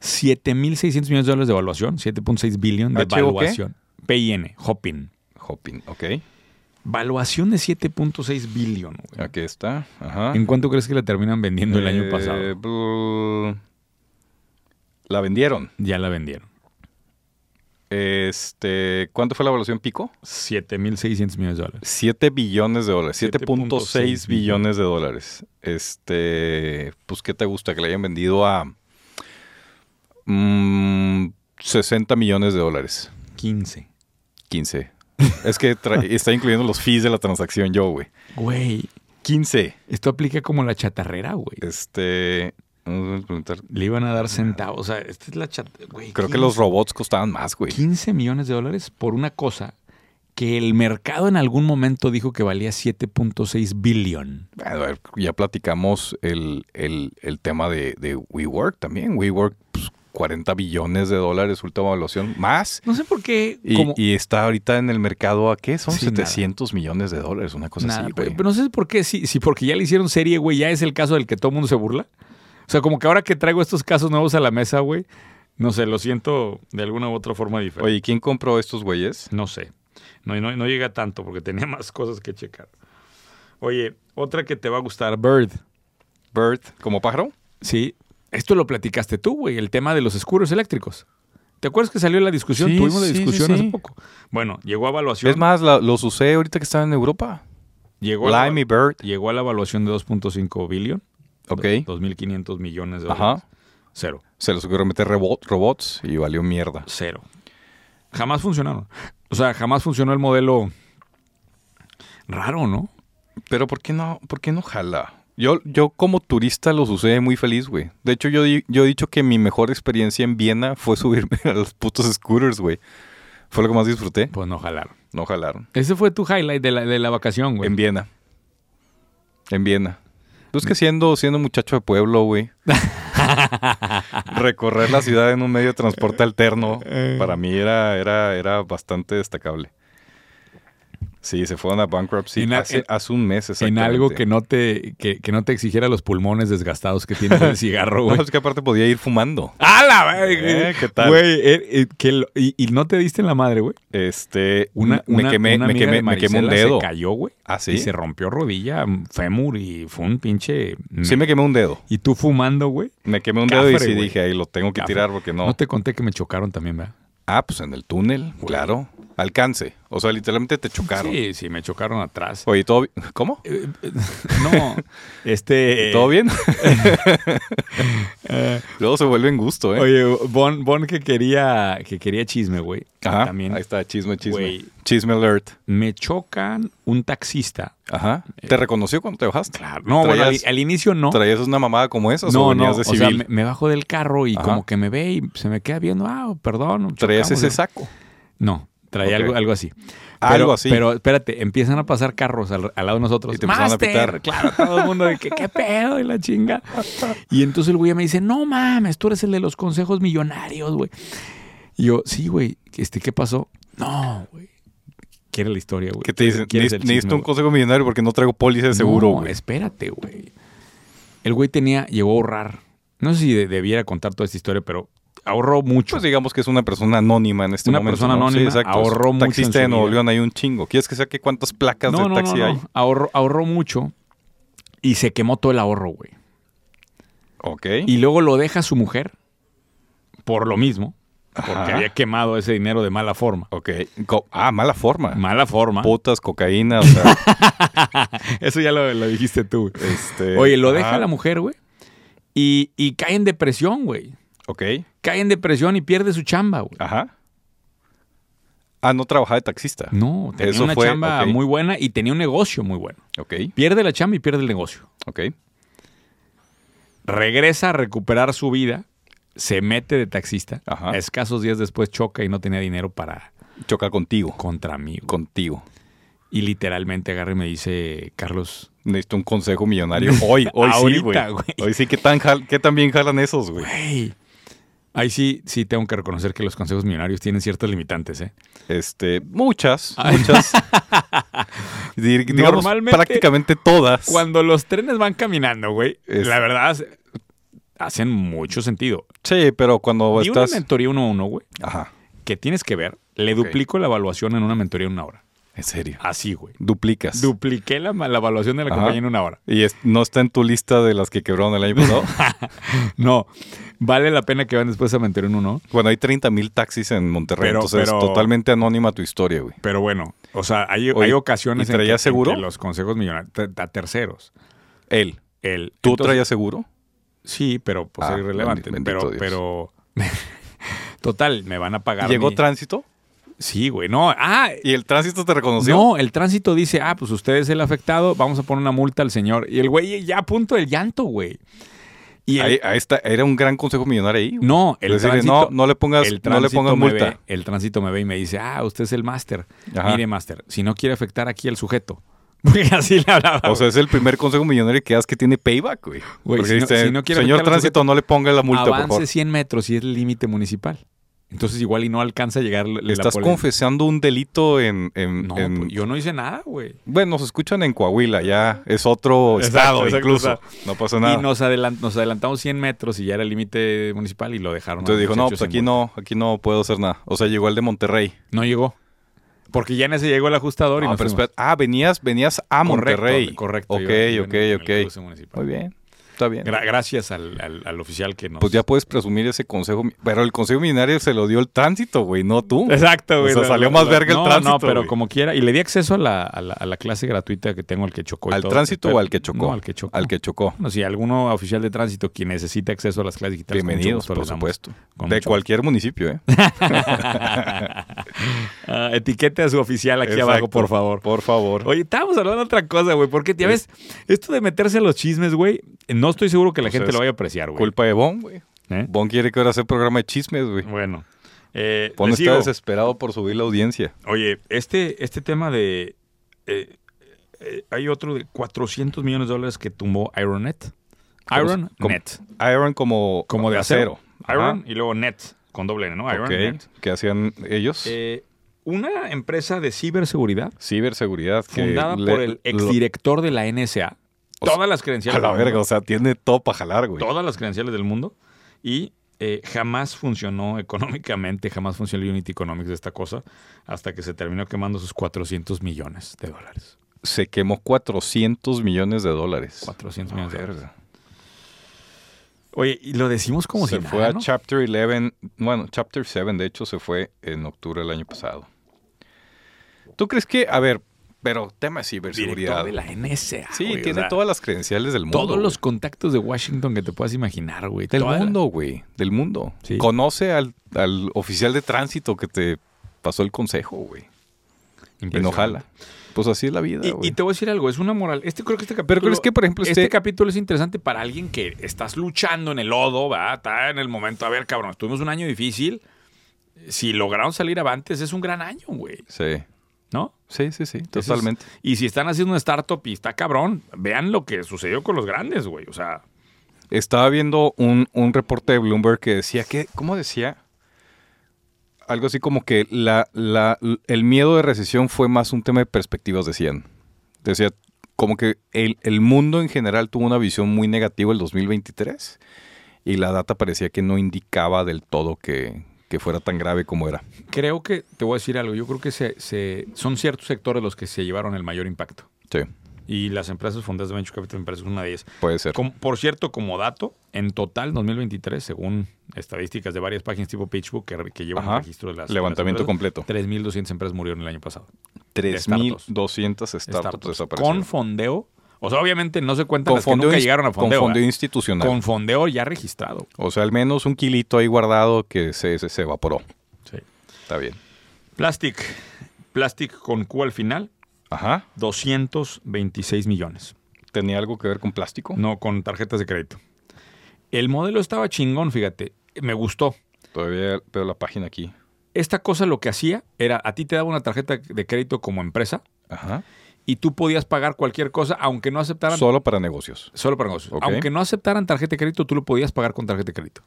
[SPEAKER 1] 7.600 millones de dólares de evaluación, 7.6 billion de
[SPEAKER 2] ¿H o qué?
[SPEAKER 1] valuación. P-I-N, Hopin.
[SPEAKER 2] Hopping, ok.
[SPEAKER 1] Valuación de 7.6 billion. güey.
[SPEAKER 2] Aquí está. Ajá.
[SPEAKER 1] ¿En cuánto crees que la terminan vendiendo el año
[SPEAKER 2] Eh,
[SPEAKER 1] pasado?
[SPEAKER 2] bl- La vendieron.
[SPEAKER 1] Ya la vendieron.
[SPEAKER 2] Este, ¿Cuánto fue la evaluación pico?
[SPEAKER 1] 7.600 millones de dólares.
[SPEAKER 2] 7 billones de dólares.
[SPEAKER 1] 7.6
[SPEAKER 2] 7.6 billones de dólares. Este, pues, ¿qué te gusta? Que le hayan vendido a mm, 60 millones de dólares.
[SPEAKER 1] 15.
[SPEAKER 2] 15. Es que tra- está incluyendo los fees de la transacción yo, güey.
[SPEAKER 1] Güey,
[SPEAKER 2] 15.
[SPEAKER 1] esto aplica como la chatarrera, güey.
[SPEAKER 2] Este, vamos a preguntar.
[SPEAKER 1] Le iban a dar centavos. O sea, esta es la chatarrera, güey.
[SPEAKER 2] Creo que
[SPEAKER 1] 15.
[SPEAKER 2] los robots costaban más, güey.
[SPEAKER 1] 15 millones de dólares por una cosa que el mercado en algún momento dijo que valía 7.6 billón.
[SPEAKER 2] A ver, ya platicamos el, el- el tema de, de WeWork también. WeWork, pues, 40 billones de dólares, última evaluación, más.
[SPEAKER 1] No sé por qué.
[SPEAKER 2] Y,
[SPEAKER 1] como-
[SPEAKER 2] y está ahorita en el mercado a qué? Son
[SPEAKER 1] Sí,
[SPEAKER 2] 700 millones de dólares, una cosa
[SPEAKER 1] nada,
[SPEAKER 2] así,
[SPEAKER 1] pues, güey.
[SPEAKER 2] güey.
[SPEAKER 1] Pero no sé por qué. Si, si porque ya le hicieron serie, güey, ya es el caso del que todo el mundo se burla. O sea, como que ahora que traigo estos casos nuevos a la mesa, güey, no sé, lo siento de alguna u otra forma diferente.
[SPEAKER 2] Oye, ¿quién compró estos güeyes?
[SPEAKER 1] No sé. No, no, no llega tanto porque tenía <laughs> más cosas que checar. Oye, otra que te va a gustar, Bird.
[SPEAKER 2] Bird, como pájaro.
[SPEAKER 1] Sí, esto lo platicaste tú, güey, el tema de los escuros eléctricos. ¿Te acuerdas que salió la discusión?
[SPEAKER 2] Sí,
[SPEAKER 1] Tuvimos la
[SPEAKER 2] sí, sí,
[SPEAKER 1] discusión hace
[SPEAKER 2] sí.
[SPEAKER 1] poco. Bueno, llegó a evaluación.
[SPEAKER 2] Es más, la- los usé ahorita que están en Europa.
[SPEAKER 1] llegó a la-
[SPEAKER 2] Limey Bird.
[SPEAKER 1] llegó a la evaluación de 2.5 billón.
[SPEAKER 2] Ok.
[SPEAKER 1] 2.500 millones de dólares.
[SPEAKER 2] Ajá.
[SPEAKER 1] Cero.
[SPEAKER 2] Se les ocurrió meter robot- robots y valió mierda.
[SPEAKER 1] Cero. Jamás funcionaron. O sea, jamás funcionó el modelo. Raro, ¿no?
[SPEAKER 2] Pero ¿por qué no, por qué no jala? Yo, yo como turista los usé muy feliz, güey. De hecho, yo, di- yo he dicho que mi mejor experiencia en Viena fue <laughs> subirme a los putos scooters, güey. Fue lo que más disfruté.
[SPEAKER 1] Pues no jalaron.
[SPEAKER 2] No jalaron.
[SPEAKER 1] Ese fue tu highlight de la, de la vacación, güey.
[SPEAKER 2] En Viena. En Viena. Pues que siendo, siendo muchacho de
[SPEAKER 1] <laughs>
[SPEAKER 2] pueblo, güey. recorrer la ciudad en un medio de transporte alterno
[SPEAKER 1] Eh.
[SPEAKER 2] para mí era, era, era bastante destacable. Sí, se fueron a bankruptcy
[SPEAKER 1] En a-
[SPEAKER 2] hace,
[SPEAKER 1] en-
[SPEAKER 2] hace un mes
[SPEAKER 1] en
[SPEAKER 2] exactamente.
[SPEAKER 1] algo que no te que, que no te exigiera los pulmones desgastados que tienes del cigarro,
[SPEAKER 2] No, <laughs>
[SPEAKER 1] güey.
[SPEAKER 2] es que aparte podía ir fumando.
[SPEAKER 1] ¡A la verga!
[SPEAKER 2] Eh, ¿qué tal?
[SPEAKER 1] Güey, eh, eh, que lo- y, y no te diste en la madre, güey.
[SPEAKER 2] Este,
[SPEAKER 1] Una,
[SPEAKER 2] me
[SPEAKER 1] una-
[SPEAKER 2] quemé,
[SPEAKER 1] una
[SPEAKER 2] me
[SPEAKER 1] amiga
[SPEAKER 2] quemé,
[SPEAKER 1] de
[SPEAKER 2] me quemé un
[SPEAKER 1] Marisela
[SPEAKER 2] dedo.
[SPEAKER 1] Se cayó, güey.
[SPEAKER 2] Ah,
[SPEAKER 1] Y
[SPEAKER 2] sí.
[SPEAKER 1] se rompió rodilla, mm, fémur y fue un pinche. mm.
[SPEAKER 2] Sí me quemé un dedo.
[SPEAKER 1] Y tú fumando, güey.
[SPEAKER 2] Me quemé un
[SPEAKER 1] Cafre,
[SPEAKER 2] dedo y sí
[SPEAKER 1] güey.
[SPEAKER 2] dije, ahí lo tengo que
[SPEAKER 1] Cafre.
[SPEAKER 2] tirar porque
[SPEAKER 1] No.
[SPEAKER 2] no.
[SPEAKER 1] te conté que me chocaron también, ¿verdad?
[SPEAKER 2] Ah, pues en el túnel, claro. Alcance. O sea, literalmente te chocaron.
[SPEAKER 1] Sí, sí, me chocaron atrás.
[SPEAKER 2] Oye, ¿todo bien? ¿Cómo?
[SPEAKER 1] Eh, eh, <laughs>
[SPEAKER 2] <laughs>
[SPEAKER 1] no, este.
[SPEAKER 2] ¿Todo
[SPEAKER 1] <laughs>
[SPEAKER 2] bien? Luego se vuelve en gusto, ¿eh?
[SPEAKER 1] Eh. Oye, Bon, Bon que quería que quería chisme, güey.
[SPEAKER 2] Ajá.
[SPEAKER 1] También
[SPEAKER 2] Ahí está, chisme, chisme.
[SPEAKER 1] Güey.
[SPEAKER 2] Chisme alert.
[SPEAKER 1] me chocan un taxista.
[SPEAKER 2] Ajá. ¿Te reconoció cuando te bajaste?
[SPEAKER 1] Claro. No, bueno, al,
[SPEAKER 2] ¿Traías,
[SPEAKER 1] al inicio Eh. no.
[SPEAKER 2] ¿Traías una mamada como esa o
[SPEAKER 1] No, no,
[SPEAKER 2] venías
[SPEAKER 1] o
[SPEAKER 2] de
[SPEAKER 1] sea,
[SPEAKER 2] civil?
[SPEAKER 1] me, me bajo del carro y
[SPEAKER 2] Ajá.
[SPEAKER 1] como que me ve y se me queda viendo, ah, perdón.
[SPEAKER 2] ¿Traías
[SPEAKER 1] chocamos,
[SPEAKER 2] ese
[SPEAKER 1] ¿no?
[SPEAKER 2] saco?
[SPEAKER 1] No, traía
[SPEAKER 2] Ok.
[SPEAKER 1] algo, algo así.
[SPEAKER 2] Algo así.
[SPEAKER 1] Pero espérate, empiezan a pasar carros al, al lado de nosotros.
[SPEAKER 2] Y te empezaron a
[SPEAKER 1] "Master",
[SPEAKER 2] pitar.
[SPEAKER 1] Claro, todo el mundo de que qué pedo y la chinga. Y entonces el güey me dice, no mames, tú eres el de los consejos millonarios, güey. Y yo, sí, güey, este, ¿qué pasó? No, güey. Quiere la historia, güey.
[SPEAKER 2] ¿Qué te dicen?
[SPEAKER 1] ¿Quieres el
[SPEAKER 2] Necesito
[SPEAKER 1] chisme,
[SPEAKER 2] un
[SPEAKER 1] güey?"
[SPEAKER 2] consejo millonario porque no traigo póliza de seguro,
[SPEAKER 1] No,
[SPEAKER 2] güey.
[SPEAKER 1] espérate, güey. El güey tenía, llegó a ahorrar. No sé si de- debiera contar toda esta historia, pero ahorró mucho.
[SPEAKER 2] Pues digamos que es una persona anónima en este
[SPEAKER 1] Una
[SPEAKER 2] momento.
[SPEAKER 1] persona
[SPEAKER 2] ¿no?
[SPEAKER 1] anónima, ahorró mucho en su
[SPEAKER 2] Taxista de Nuevo
[SPEAKER 1] vida.
[SPEAKER 2] León hay un chingo. ¿Quieres que saque cuántas placas
[SPEAKER 1] no,
[SPEAKER 2] de
[SPEAKER 1] no,
[SPEAKER 2] taxi
[SPEAKER 1] no, no.
[SPEAKER 2] hay?
[SPEAKER 1] Ahorró, ahorró mucho y se quemó todo el ahorro, güey.
[SPEAKER 2] Ok.
[SPEAKER 1] Y luego lo deja su mujer por lo mismo, porque
[SPEAKER 2] Ajá.
[SPEAKER 1] había quemado ese dinero de mala forma.
[SPEAKER 2] Ok. Co- ah, mala forma.
[SPEAKER 1] Mala forma.
[SPEAKER 2] Putas, cocaína, o sea,
[SPEAKER 1] <laughs> Eso ya lo, lo dijiste tú. güey.
[SPEAKER 2] este...
[SPEAKER 1] Oye, lo
[SPEAKER 2] ajá.
[SPEAKER 1] deja la mujer, güey. Y, y cae en depresión, güey.
[SPEAKER 2] Ok,
[SPEAKER 1] Cae en depresión y pierde su chamba, güey.
[SPEAKER 2] ajá. Ah, no trabajaba de taxista.
[SPEAKER 1] No, tenía
[SPEAKER 2] Eso
[SPEAKER 1] una
[SPEAKER 2] fue,
[SPEAKER 1] chamba
[SPEAKER 2] ok.
[SPEAKER 1] muy buena y tenía un negocio muy bueno.
[SPEAKER 2] Ok,
[SPEAKER 1] Pierde la chamba y pierde el negocio.
[SPEAKER 2] ok.
[SPEAKER 1] Regresa a recuperar su vida, se mete de taxista.
[SPEAKER 2] Ajá.
[SPEAKER 1] Escasos días después choca y no tenía dinero para
[SPEAKER 2] Choca contigo.
[SPEAKER 1] contra mí. güey.
[SPEAKER 2] Contigo.
[SPEAKER 1] Y literalmente agarra y me dice, Carlos,
[SPEAKER 2] Necesito un
[SPEAKER 1] <laughs>
[SPEAKER 2] consejo millonario. Hoy, hoy sí, güey.
[SPEAKER 1] Ahorita, güey.
[SPEAKER 2] Hoy sí, ¿qué tan, jal- qué tan bien jalan esos, güey?
[SPEAKER 1] hey, ahí sí, sí tengo que reconocer que los consejos millonarios tienen ciertas limitantes, ¿eh?
[SPEAKER 2] Este, muchas,
[SPEAKER 1] <laughs>
[SPEAKER 2] muchas. Dir- digamos,
[SPEAKER 1] Normalmente-
[SPEAKER 2] prácticamente todas.
[SPEAKER 1] Cuando los trenes van caminando, güey,
[SPEAKER 2] Es-
[SPEAKER 1] la verdad hace- hacen mucho sentido.
[SPEAKER 2] Sí, pero cuando
[SPEAKER 1] Y una
[SPEAKER 2] estás...
[SPEAKER 1] mentoría uno a uno, güey,
[SPEAKER 2] Ajá,
[SPEAKER 1] que tienes que ver, le
[SPEAKER 2] Ok.
[SPEAKER 1] duplico la evaluación en una mentoría en una hora.
[SPEAKER 2] en serio.
[SPEAKER 1] Así, güey.
[SPEAKER 2] Duplicas.
[SPEAKER 1] Dupliqué la, la evaluación de la
[SPEAKER 2] Ajá.
[SPEAKER 1] compañía en una hora.
[SPEAKER 2] y es- no está en tu lista de las que quebraron el
[SPEAKER 1] <laughs>
[SPEAKER 2] año pasado.
[SPEAKER 1] No, vale la pena que van después a mentoría en uno,
[SPEAKER 2] bueno, hay 30 mil taxis en Monterrey,
[SPEAKER 1] Pero-
[SPEAKER 2] entonces
[SPEAKER 1] pero-
[SPEAKER 2] es totalmente anónima tu historia, güey.
[SPEAKER 1] pero bueno, o sea, hay,
[SPEAKER 2] Oye,
[SPEAKER 1] hay ocasiones
[SPEAKER 2] ¿y traía seguro?
[SPEAKER 1] los consejos millonarios te- a terceros.
[SPEAKER 2] Él.
[SPEAKER 1] El,
[SPEAKER 2] ¿Tú
[SPEAKER 1] entonces-
[SPEAKER 2] traías seguro?
[SPEAKER 1] Sí, pero pues
[SPEAKER 2] Ah,
[SPEAKER 1] era irrelevante.
[SPEAKER 2] bendi-
[SPEAKER 1] pero,
[SPEAKER 2] bendito
[SPEAKER 1] pero. <laughs> Total, me van a pagar.
[SPEAKER 2] ¿Llegó
[SPEAKER 1] mi-
[SPEAKER 2] tránsito?
[SPEAKER 1] Sí, güey. No, ah,
[SPEAKER 2] ¿Y el tránsito te reconoció?
[SPEAKER 1] no, el tránsito dice, ah, pues usted es el afectado, vamos a poner una multa al señor. Y el güey ya a punto del llanto, güey. Y el-
[SPEAKER 2] Ahí, ahí está, era un gran consejo millonario ahí. güey.
[SPEAKER 1] no, el
[SPEAKER 2] Decirle,
[SPEAKER 1] tránsito.
[SPEAKER 2] no, no le pongas,
[SPEAKER 1] el
[SPEAKER 2] no le
[SPEAKER 1] tránsito
[SPEAKER 2] pongas
[SPEAKER 1] me
[SPEAKER 2] multa.
[SPEAKER 1] ve- el tránsito me ve y me dice, ah, usted es el máster.
[SPEAKER 2] Ajá.
[SPEAKER 1] Mire, máster, si no quiere afectar aquí al sujeto. <laughs> Porque así le hablaba.
[SPEAKER 2] O sea, es el primer consejo millonario que das que tiene payback, güey.
[SPEAKER 1] Güey,
[SPEAKER 2] Porque
[SPEAKER 1] si no-
[SPEAKER 2] dice,
[SPEAKER 1] si no quiere
[SPEAKER 2] señor
[SPEAKER 1] afectar al
[SPEAKER 2] tránsito, no le ponga la multa, por favor.
[SPEAKER 1] avance 100 metros y es el límite municipal. Entonces igual y no alcanza a llegar la
[SPEAKER 2] Le estás
[SPEAKER 1] poli-
[SPEAKER 2] confesando un delito en... en-
[SPEAKER 1] No,
[SPEAKER 2] en-
[SPEAKER 1] pues, yo no hice nada, güey.
[SPEAKER 2] Bueno, nos escuchan en Coahuila, ya es otro
[SPEAKER 1] Exacto,
[SPEAKER 2] estado
[SPEAKER 1] exacto,
[SPEAKER 2] incluso.
[SPEAKER 1] exacto.
[SPEAKER 2] No pasa
[SPEAKER 1] Y
[SPEAKER 2] nada.
[SPEAKER 1] nos, adelan- nos adelantamos 100 metros y ya era el límite municipal y lo dejaron.
[SPEAKER 2] Entonces
[SPEAKER 1] al
[SPEAKER 2] dijo, no,
[SPEAKER 1] muchacho
[SPEAKER 2] pues
[SPEAKER 1] sin
[SPEAKER 2] aquí
[SPEAKER 1] multa".
[SPEAKER 2] no, aquí no puedo hacer nada. O sea, llegó el de Monterrey.
[SPEAKER 1] No llegó. Porque ya en ese llegó el ajustador y
[SPEAKER 2] No,
[SPEAKER 1] nos
[SPEAKER 2] pero
[SPEAKER 1] fuimos.
[SPEAKER 2] espera, ah, venías, venías a
[SPEAKER 1] Correcto,
[SPEAKER 2] Monterrey.
[SPEAKER 1] Correcto.
[SPEAKER 2] Ok,
[SPEAKER 1] yo- yo
[SPEAKER 2] ok,
[SPEAKER 1] en el
[SPEAKER 2] ok.
[SPEAKER 1] cruce municipal.
[SPEAKER 2] Muy bien. está bien.
[SPEAKER 1] Gra- gracias al, al- al oficial que nos.
[SPEAKER 2] Pues ya puedes presumir ese consejo. mi- Pero el consejo millonario se lo dio el tránsito, güey, no tú.
[SPEAKER 1] Exacto, güey.
[SPEAKER 2] Uh. O sea,
[SPEAKER 1] La-
[SPEAKER 2] salió
[SPEAKER 1] la-
[SPEAKER 2] más
[SPEAKER 1] la-
[SPEAKER 2] verga el
[SPEAKER 1] no, No,
[SPEAKER 2] tránsito,
[SPEAKER 1] pero
[SPEAKER 2] güey.
[SPEAKER 1] como quiera. Y le di acceso a la, a la, a la clase gratuita que tengo al que chocó. y
[SPEAKER 2] ¿Al
[SPEAKER 1] todo.
[SPEAKER 2] tránsito
[SPEAKER 1] Pero-
[SPEAKER 2] o al que chocó?
[SPEAKER 1] No, al que chocó.
[SPEAKER 2] Al que chocó.
[SPEAKER 1] Bueno, si alguno oficial de tránsito quien necesita acceso a las clases digitales. con mucho
[SPEAKER 2] Bienvenidos,
[SPEAKER 1] gusto
[SPEAKER 2] por
[SPEAKER 1] les damos.
[SPEAKER 2] supuesto.
[SPEAKER 1] Con
[SPEAKER 2] De
[SPEAKER 1] mucho
[SPEAKER 2] cualquier municipio, ¿eh?
[SPEAKER 1] Ah, etiquete a su oficial <laughs> aquí
[SPEAKER 2] Exacto.
[SPEAKER 1] abajo, por favor.
[SPEAKER 2] Por favor.
[SPEAKER 1] Oye, estábamos hablando de otra cosa, güey. Porque, ya ves, esto de meterse a los chismes, güey, no estoy seguro que la
[SPEAKER 2] Pues
[SPEAKER 1] gente
[SPEAKER 2] es
[SPEAKER 1] lo vaya a apreciar, güey.
[SPEAKER 2] Culpa de Bon, güey.
[SPEAKER 1] ¿Eh?
[SPEAKER 2] Bon quiere que ahora sea programa de chismes, güey.
[SPEAKER 1] Bueno. Eh,
[SPEAKER 2] Bon
[SPEAKER 1] le
[SPEAKER 2] está
[SPEAKER 1] sigo.
[SPEAKER 2] desesperado por subir la audiencia.
[SPEAKER 1] Oye, este, este tema de... eh, eh, hay otro de 400 millones de dólares que tumbó Ironnet.
[SPEAKER 2] ¿Cómo se-
[SPEAKER 1] Iron
[SPEAKER 2] cómo?
[SPEAKER 1] Net.
[SPEAKER 2] Iron como,
[SPEAKER 1] Como de acero.
[SPEAKER 2] Ajá.
[SPEAKER 1] Iron y luego Net, con doble N, ¿no? Iron
[SPEAKER 2] Ok.
[SPEAKER 1] Net.
[SPEAKER 2] ¿Qué hacían ellos?
[SPEAKER 1] Eh, una empresa de ciberseguridad
[SPEAKER 2] Ciberseguridad. que
[SPEAKER 1] fundada
[SPEAKER 2] le-
[SPEAKER 1] por el
[SPEAKER 2] lo-
[SPEAKER 1] exdirector de la NSA.
[SPEAKER 2] O sea,
[SPEAKER 1] Todas las credenciales.
[SPEAKER 2] A la
[SPEAKER 1] del mundo,
[SPEAKER 2] verga, o sea, tiene todo para jalar, güey.
[SPEAKER 1] Todas las credenciales del mundo. Y eh, jamás funcionó <laughs> económicamente, jamás funcionó el Unity Economics de esta cosa, hasta que se terminó quemando sus 400 millones de dólares.
[SPEAKER 2] Se quemó 400 millones de dólares.
[SPEAKER 1] 400
[SPEAKER 2] Ah,
[SPEAKER 1] millones de dólares.
[SPEAKER 2] verga.
[SPEAKER 1] Oye, y lo decimos como
[SPEAKER 2] se
[SPEAKER 1] si
[SPEAKER 2] fue
[SPEAKER 1] nada,
[SPEAKER 2] a
[SPEAKER 1] ¿no?
[SPEAKER 2] Chapter 11, bueno, Chapter 7 de hecho se fue en octubre del año pasado. ¿Tú crees que, a ver, pero tema de
[SPEAKER 1] Director
[SPEAKER 2] ciberseguridad.
[SPEAKER 1] de la NSA.
[SPEAKER 2] Sí,
[SPEAKER 1] güey, o
[SPEAKER 2] tiene
[SPEAKER 1] sea,
[SPEAKER 2] todas las credenciales del mundo.
[SPEAKER 1] todos
[SPEAKER 2] güey.
[SPEAKER 1] los contactos de Washington que te puedas imaginar, güey.
[SPEAKER 2] del
[SPEAKER 1] Toda-
[SPEAKER 2] mundo, güey, del mundo.
[SPEAKER 1] Sí.
[SPEAKER 2] Conoce al, al oficial de tránsito que te pasó el consejo, güey. Y no
[SPEAKER 1] Impresionante.
[SPEAKER 2] jala. Pues así es la vida,
[SPEAKER 1] Y- Y,
[SPEAKER 2] güey.
[SPEAKER 1] te voy a decir algo, es una moral. Este creo que este capítulo.
[SPEAKER 2] Pero crees que, por ejemplo,
[SPEAKER 1] este
[SPEAKER 2] este,
[SPEAKER 1] capítulo es interesante para alguien que estás luchando en el lodo, ¿verdad? Está en el momento. A ver, cabrón, tuvimos un año difícil. Si lograron salir avantes, es un gran año, güey.
[SPEAKER 2] Sí,
[SPEAKER 1] ¿No?
[SPEAKER 2] sí, sí, sí, totalmente.
[SPEAKER 1] Y si están haciendo una startup y está cabrón, vean lo que sucedió con los grandes, güey. O sea,
[SPEAKER 2] Estaba viendo un, un reporte de Bloomberg que decía que, ¿cómo decía? Algo así como que la, la- el miedo de recesión fue más un tema de perspectivas, decían. Decía, como que el, el mundo en general tuvo una visión muy negativa el 2023 y la data parecía que no indicaba del todo que, que fuera tan grave como era.
[SPEAKER 1] creo que, te voy a decir algo, yo creo que se, se- son ciertos sectores los que se llevaron el mayor impacto.
[SPEAKER 2] Sí,
[SPEAKER 1] Y las empresas fundadas de Venture Capital me parece que es una de ellas.
[SPEAKER 2] puede ser.
[SPEAKER 1] Com- por cierto, como dato, en total 2023, según estadísticas de varias páginas tipo PitchBook que, re- que llevan
[SPEAKER 2] Ajá.
[SPEAKER 1] el registro de las
[SPEAKER 2] Levantamiento
[SPEAKER 1] de las
[SPEAKER 2] completo.
[SPEAKER 1] empresas, 3.200 empresas murieron el año pasado.
[SPEAKER 2] 3.200 startups
[SPEAKER 1] Con
[SPEAKER 2] desaparecieron.
[SPEAKER 1] fondeo. O sea, obviamente no se cuentan las que nunca
[SPEAKER 2] ins-
[SPEAKER 1] llegaron a fondeo.
[SPEAKER 2] con fondeo
[SPEAKER 1] ¿verdad?
[SPEAKER 2] institucional.
[SPEAKER 1] Con fondeo ya registrado.
[SPEAKER 2] O sea, al menos un kilito ahí guardado que se, se- se evaporó. Está bien.
[SPEAKER 1] Plastic. Plastic con Q al final,
[SPEAKER 2] Ajá.
[SPEAKER 1] 226 millones.
[SPEAKER 2] ¿Tenía algo que ver con plástico?
[SPEAKER 1] No, con tarjetas de crédito. El modelo estaba chingón, fíjate. Me gustó.
[SPEAKER 2] Todavía veo la página aquí.
[SPEAKER 1] esta cosa lo que hacía era, a ti te daba una tarjeta de crédito como empresa
[SPEAKER 2] Ajá.
[SPEAKER 1] y tú podías pagar cualquier cosa, aunque no aceptaran...
[SPEAKER 2] Solo para negocios.
[SPEAKER 1] solo para negocios.
[SPEAKER 2] Ok.
[SPEAKER 1] Aunque no aceptaran tarjeta de crédito, tú lo podías pagar con tarjeta de crédito.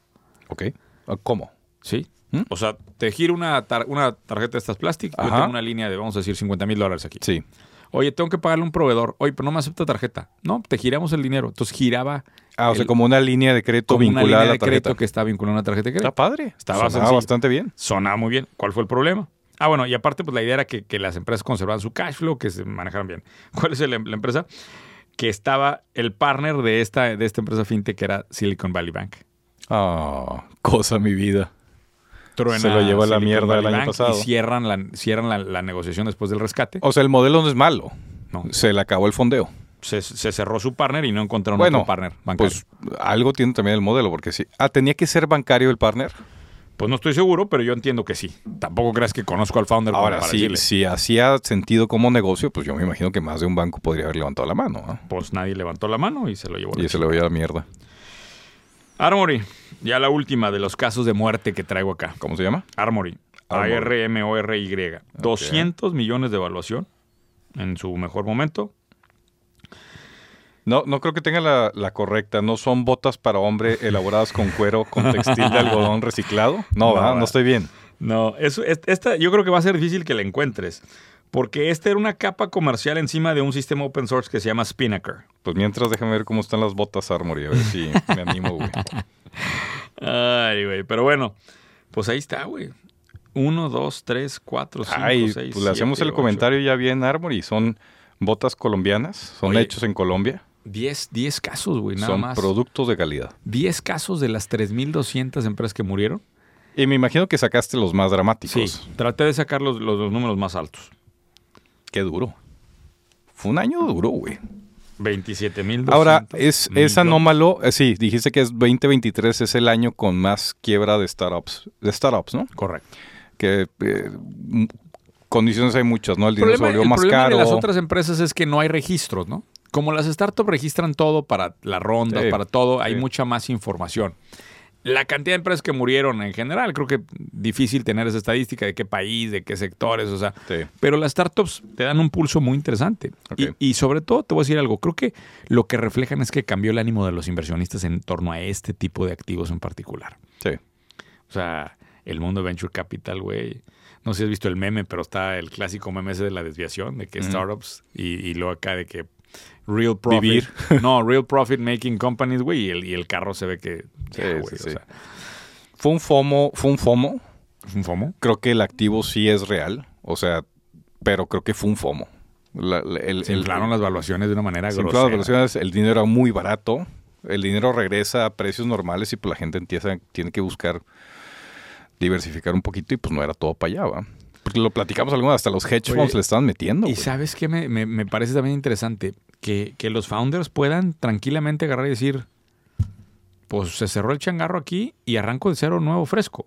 [SPEAKER 2] ¿Ok? Ah, ¿Cómo?
[SPEAKER 1] ¿Sí?
[SPEAKER 2] ¿Mm?
[SPEAKER 1] O sea, te giro una, tar- una tarjeta de estas plásticas, yo
[SPEAKER 2] Ajá.
[SPEAKER 1] tengo una línea de, vamos a decir, 50 mil dólares aquí.
[SPEAKER 2] Sí.
[SPEAKER 1] Oye, tengo que pagarle a un proveedor. Oye, pero no me acepta tarjeta. No, te giramos el dinero. Entonces giraba
[SPEAKER 2] Ah, o sea,
[SPEAKER 1] El-
[SPEAKER 2] como una línea de crédito
[SPEAKER 1] como una
[SPEAKER 2] vinculada
[SPEAKER 1] línea
[SPEAKER 2] a
[SPEAKER 1] de
[SPEAKER 2] la
[SPEAKER 1] crédito
[SPEAKER 2] tarjeta.
[SPEAKER 1] que está vinculada a una tarjeta de crédito.
[SPEAKER 2] Está padre.
[SPEAKER 1] Estaba
[SPEAKER 2] Sonaba
[SPEAKER 1] sencillo.
[SPEAKER 2] bastante bien.
[SPEAKER 1] Sonaba muy bien. ¿Cuál fue el problema? Ah, bueno, y aparte, pues la idea era que, que las empresas conservaran su cash flow, que se manejaran bien. <laughs> ¿Cuál es el em- la empresa? Que estaba el partner de esta, de esta empresa fintech, que era Silicon Valley Bank.
[SPEAKER 2] Ah, cosa mi vida.
[SPEAKER 1] Truena
[SPEAKER 2] Se lo llevó a la
[SPEAKER 1] Silicon
[SPEAKER 2] mierda el año pasado. Oh.
[SPEAKER 1] Y cierran, la, cierran la, la negociación después del rescate.
[SPEAKER 2] O sea, el modelo no es malo.
[SPEAKER 1] No,
[SPEAKER 2] Se le acabó el fondeo.
[SPEAKER 1] se, se cerró su partner y no encontraron
[SPEAKER 2] Bueno,
[SPEAKER 1] otro partner bancario. Pues,
[SPEAKER 2] Pues algo tiene también el modelo, porque sí. Ah, tenía que ser bancario el partner.
[SPEAKER 1] Pues, no estoy seguro, pero yo entiendo que sí. Tampoco creas que conozco al founder como
[SPEAKER 2] Ahora,
[SPEAKER 1] para
[SPEAKER 2] sí,
[SPEAKER 1] decirle.
[SPEAKER 2] si hacía sentido como negocio, pues yo me imagino que más de un banco podría haber levantado la mano. ¿ah?
[SPEAKER 1] Pues nadie levantó la mano y se lo llevó. a la
[SPEAKER 2] Y se le veía la mierda.
[SPEAKER 1] Armory, ya la última de los casos de muerte que traigo acá.
[SPEAKER 2] ¿Cómo se llama?
[SPEAKER 1] Armory,
[SPEAKER 2] Armory.
[SPEAKER 1] A-R-M-O-R-Y. 200 millones de evaluación en su mejor momento.
[SPEAKER 2] No, no creo que tenga la, la correcta. No son botas para hombre elaboradas con cuero,
[SPEAKER 1] <laughs>
[SPEAKER 2] con textil de algodón reciclado. No,
[SPEAKER 1] No,
[SPEAKER 2] ¿verdad? no,
[SPEAKER 1] va.
[SPEAKER 2] estoy bien.
[SPEAKER 1] No, eso, es- esta yo creo que va a ser difícil que la encuentres. Porque esta era una capa comercial encima de un sistema open source que se llama Spinnaker.
[SPEAKER 2] Pues mientras déjame ver cómo están las botas Armory, a ver si me animo, güey.
[SPEAKER 1] Ay, güey. Pero bueno, pues ahí está, güey. Uno, dos, tres, cuatro, <laughs> cinco,
[SPEAKER 2] Ay,
[SPEAKER 1] seis,
[SPEAKER 2] pues le hacemos
[SPEAKER 1] siete,
[SPEAKER 2] el
[SPEAKER 1] ocho.
[SPEAKER 2] comentario ya bien Armory. Son botas colombianas, son
[SPEAKER 1] Oye.
[SPEAKER 2] hechos en Colombia.
[SPEAKER 1] 10, 10 casos, güey, nada
[SPEAKER 2] Son
[SPEAKER 1] más.
[SPEAKER 2] productos de calidad.
[SPEAKER 1] 10 casos de las 3.200 empresas que murieron.
[SPEAKER 2] Y me imagino que sacaste los más
[SPEAKER 1] Sí,
[SPEAKER 2] dramáticos.
[SPEAKER 1] traté de sacar los, los- los números más altos.
[SPEAKER 2] Qué duro. Fue un año duro, güey.
[SPEAKER 1] 27.200.
[SPEAKER 2] Ahora, es, es
[SPEAKER 1] millones.
[SPEAKER 2] anómalo. eh, sí, dijiste que es 2023 es el año con más quiebra de startups, de startups ¿no?
[SPEAKER 1] Correcto.
[SPEAKER 2] Que eh, m- condiciones hay muchas, ¿no?
[SPEAKER 1] El
[SPEAKER 2] El dinero
[SPEAKER 1] problema,
[SPEAKER 2] se volvió
[SPEAKER 1] el
[SPEAKER 2] más
[SPEAKER 1] problema
[SPEAKER 2] caro.
[SPEAKER 1] de las otras empresas es que no hay registros, ¿no? Como las startups registran todo para las rondas,
[SPEAKER 2] Sí,
[SPEAKER 1] para todo, hay
[SPEAKER 2] sí.
[SPEAKER 1] mucha más información. La cantidad de empresas que murieron en general, creo que difícil tener esa estadística de qué país, de qué sectores, o sea,
[SPEAKER 2] Sí.
[SPEAKER 1] Pero las startups te dan un pulso muy interesante. Y-
[SPEAKER 2] Ok.
[SPEAKER 1] Y, sobre todo, te voy a decir algo, creo que lo que reflejan es que cambió el ánimo de los inversionistas en torno a este tipo de activos en particular.
[SPEAKER 2] Sí.
[SPEAKER 1] O sea, el mundo de Venture Capital, güey. No sé si has visto el meme, pero está el clásico meme ese de la desviación, de que
[SPEAKER 2] Ujú.
[SPEAKER 1] startups y, y luego acá de que real profit.
[SPEAKER 2] Vivir.
[SPEAKER 1] No, real profit making companies, güey. Y el, y el carro se ve que...
[SPEAKER 2] Sí,
[SPEAKER 1] ya, güey,
[SPEAKER 2] sí,
[SPEAKER 1] o
[SPEAKER 2] sí.
[SPEAKER 1] sea,
[SPEAKER 2] Fue un FOMO, fue un FOMO.
[SPEAKER 1] ¿es un FOMO?
[SPEAKER 2] Creo que el activo sí es real, o sea, pero creo que fue un FOMO. La- la- el,
[SPEAKER 1] Se
[SPEAKER 2] el-
[SPEAKER 1] inflaron las valuaciones de una manera
[SPEAKER 2] se inflaron las
[SPEAKER 1] grosera.
[SPEAKER 2] valuaciones, el dinero era muy barato, el dinero regresa a precios normales y pues la gente empieza, tiene que buscar diversificar un poquito y pues no era todo para allá, ¿va? Porque lo platicamos alguna, hasta los hedge
[SPEAKER 1] Oye,
[SPEAKER 2] funds le estaban metiendo.
[SPEAKER 1] Y
[SPEAKER 2] güey.
[SPEAKER 1] sabes que me, me- me parece también interesante que, que los founders puedan tranquilamente agarrar y decir, pues se cerró el changarro aquí y arranco de cero nuevo fresco.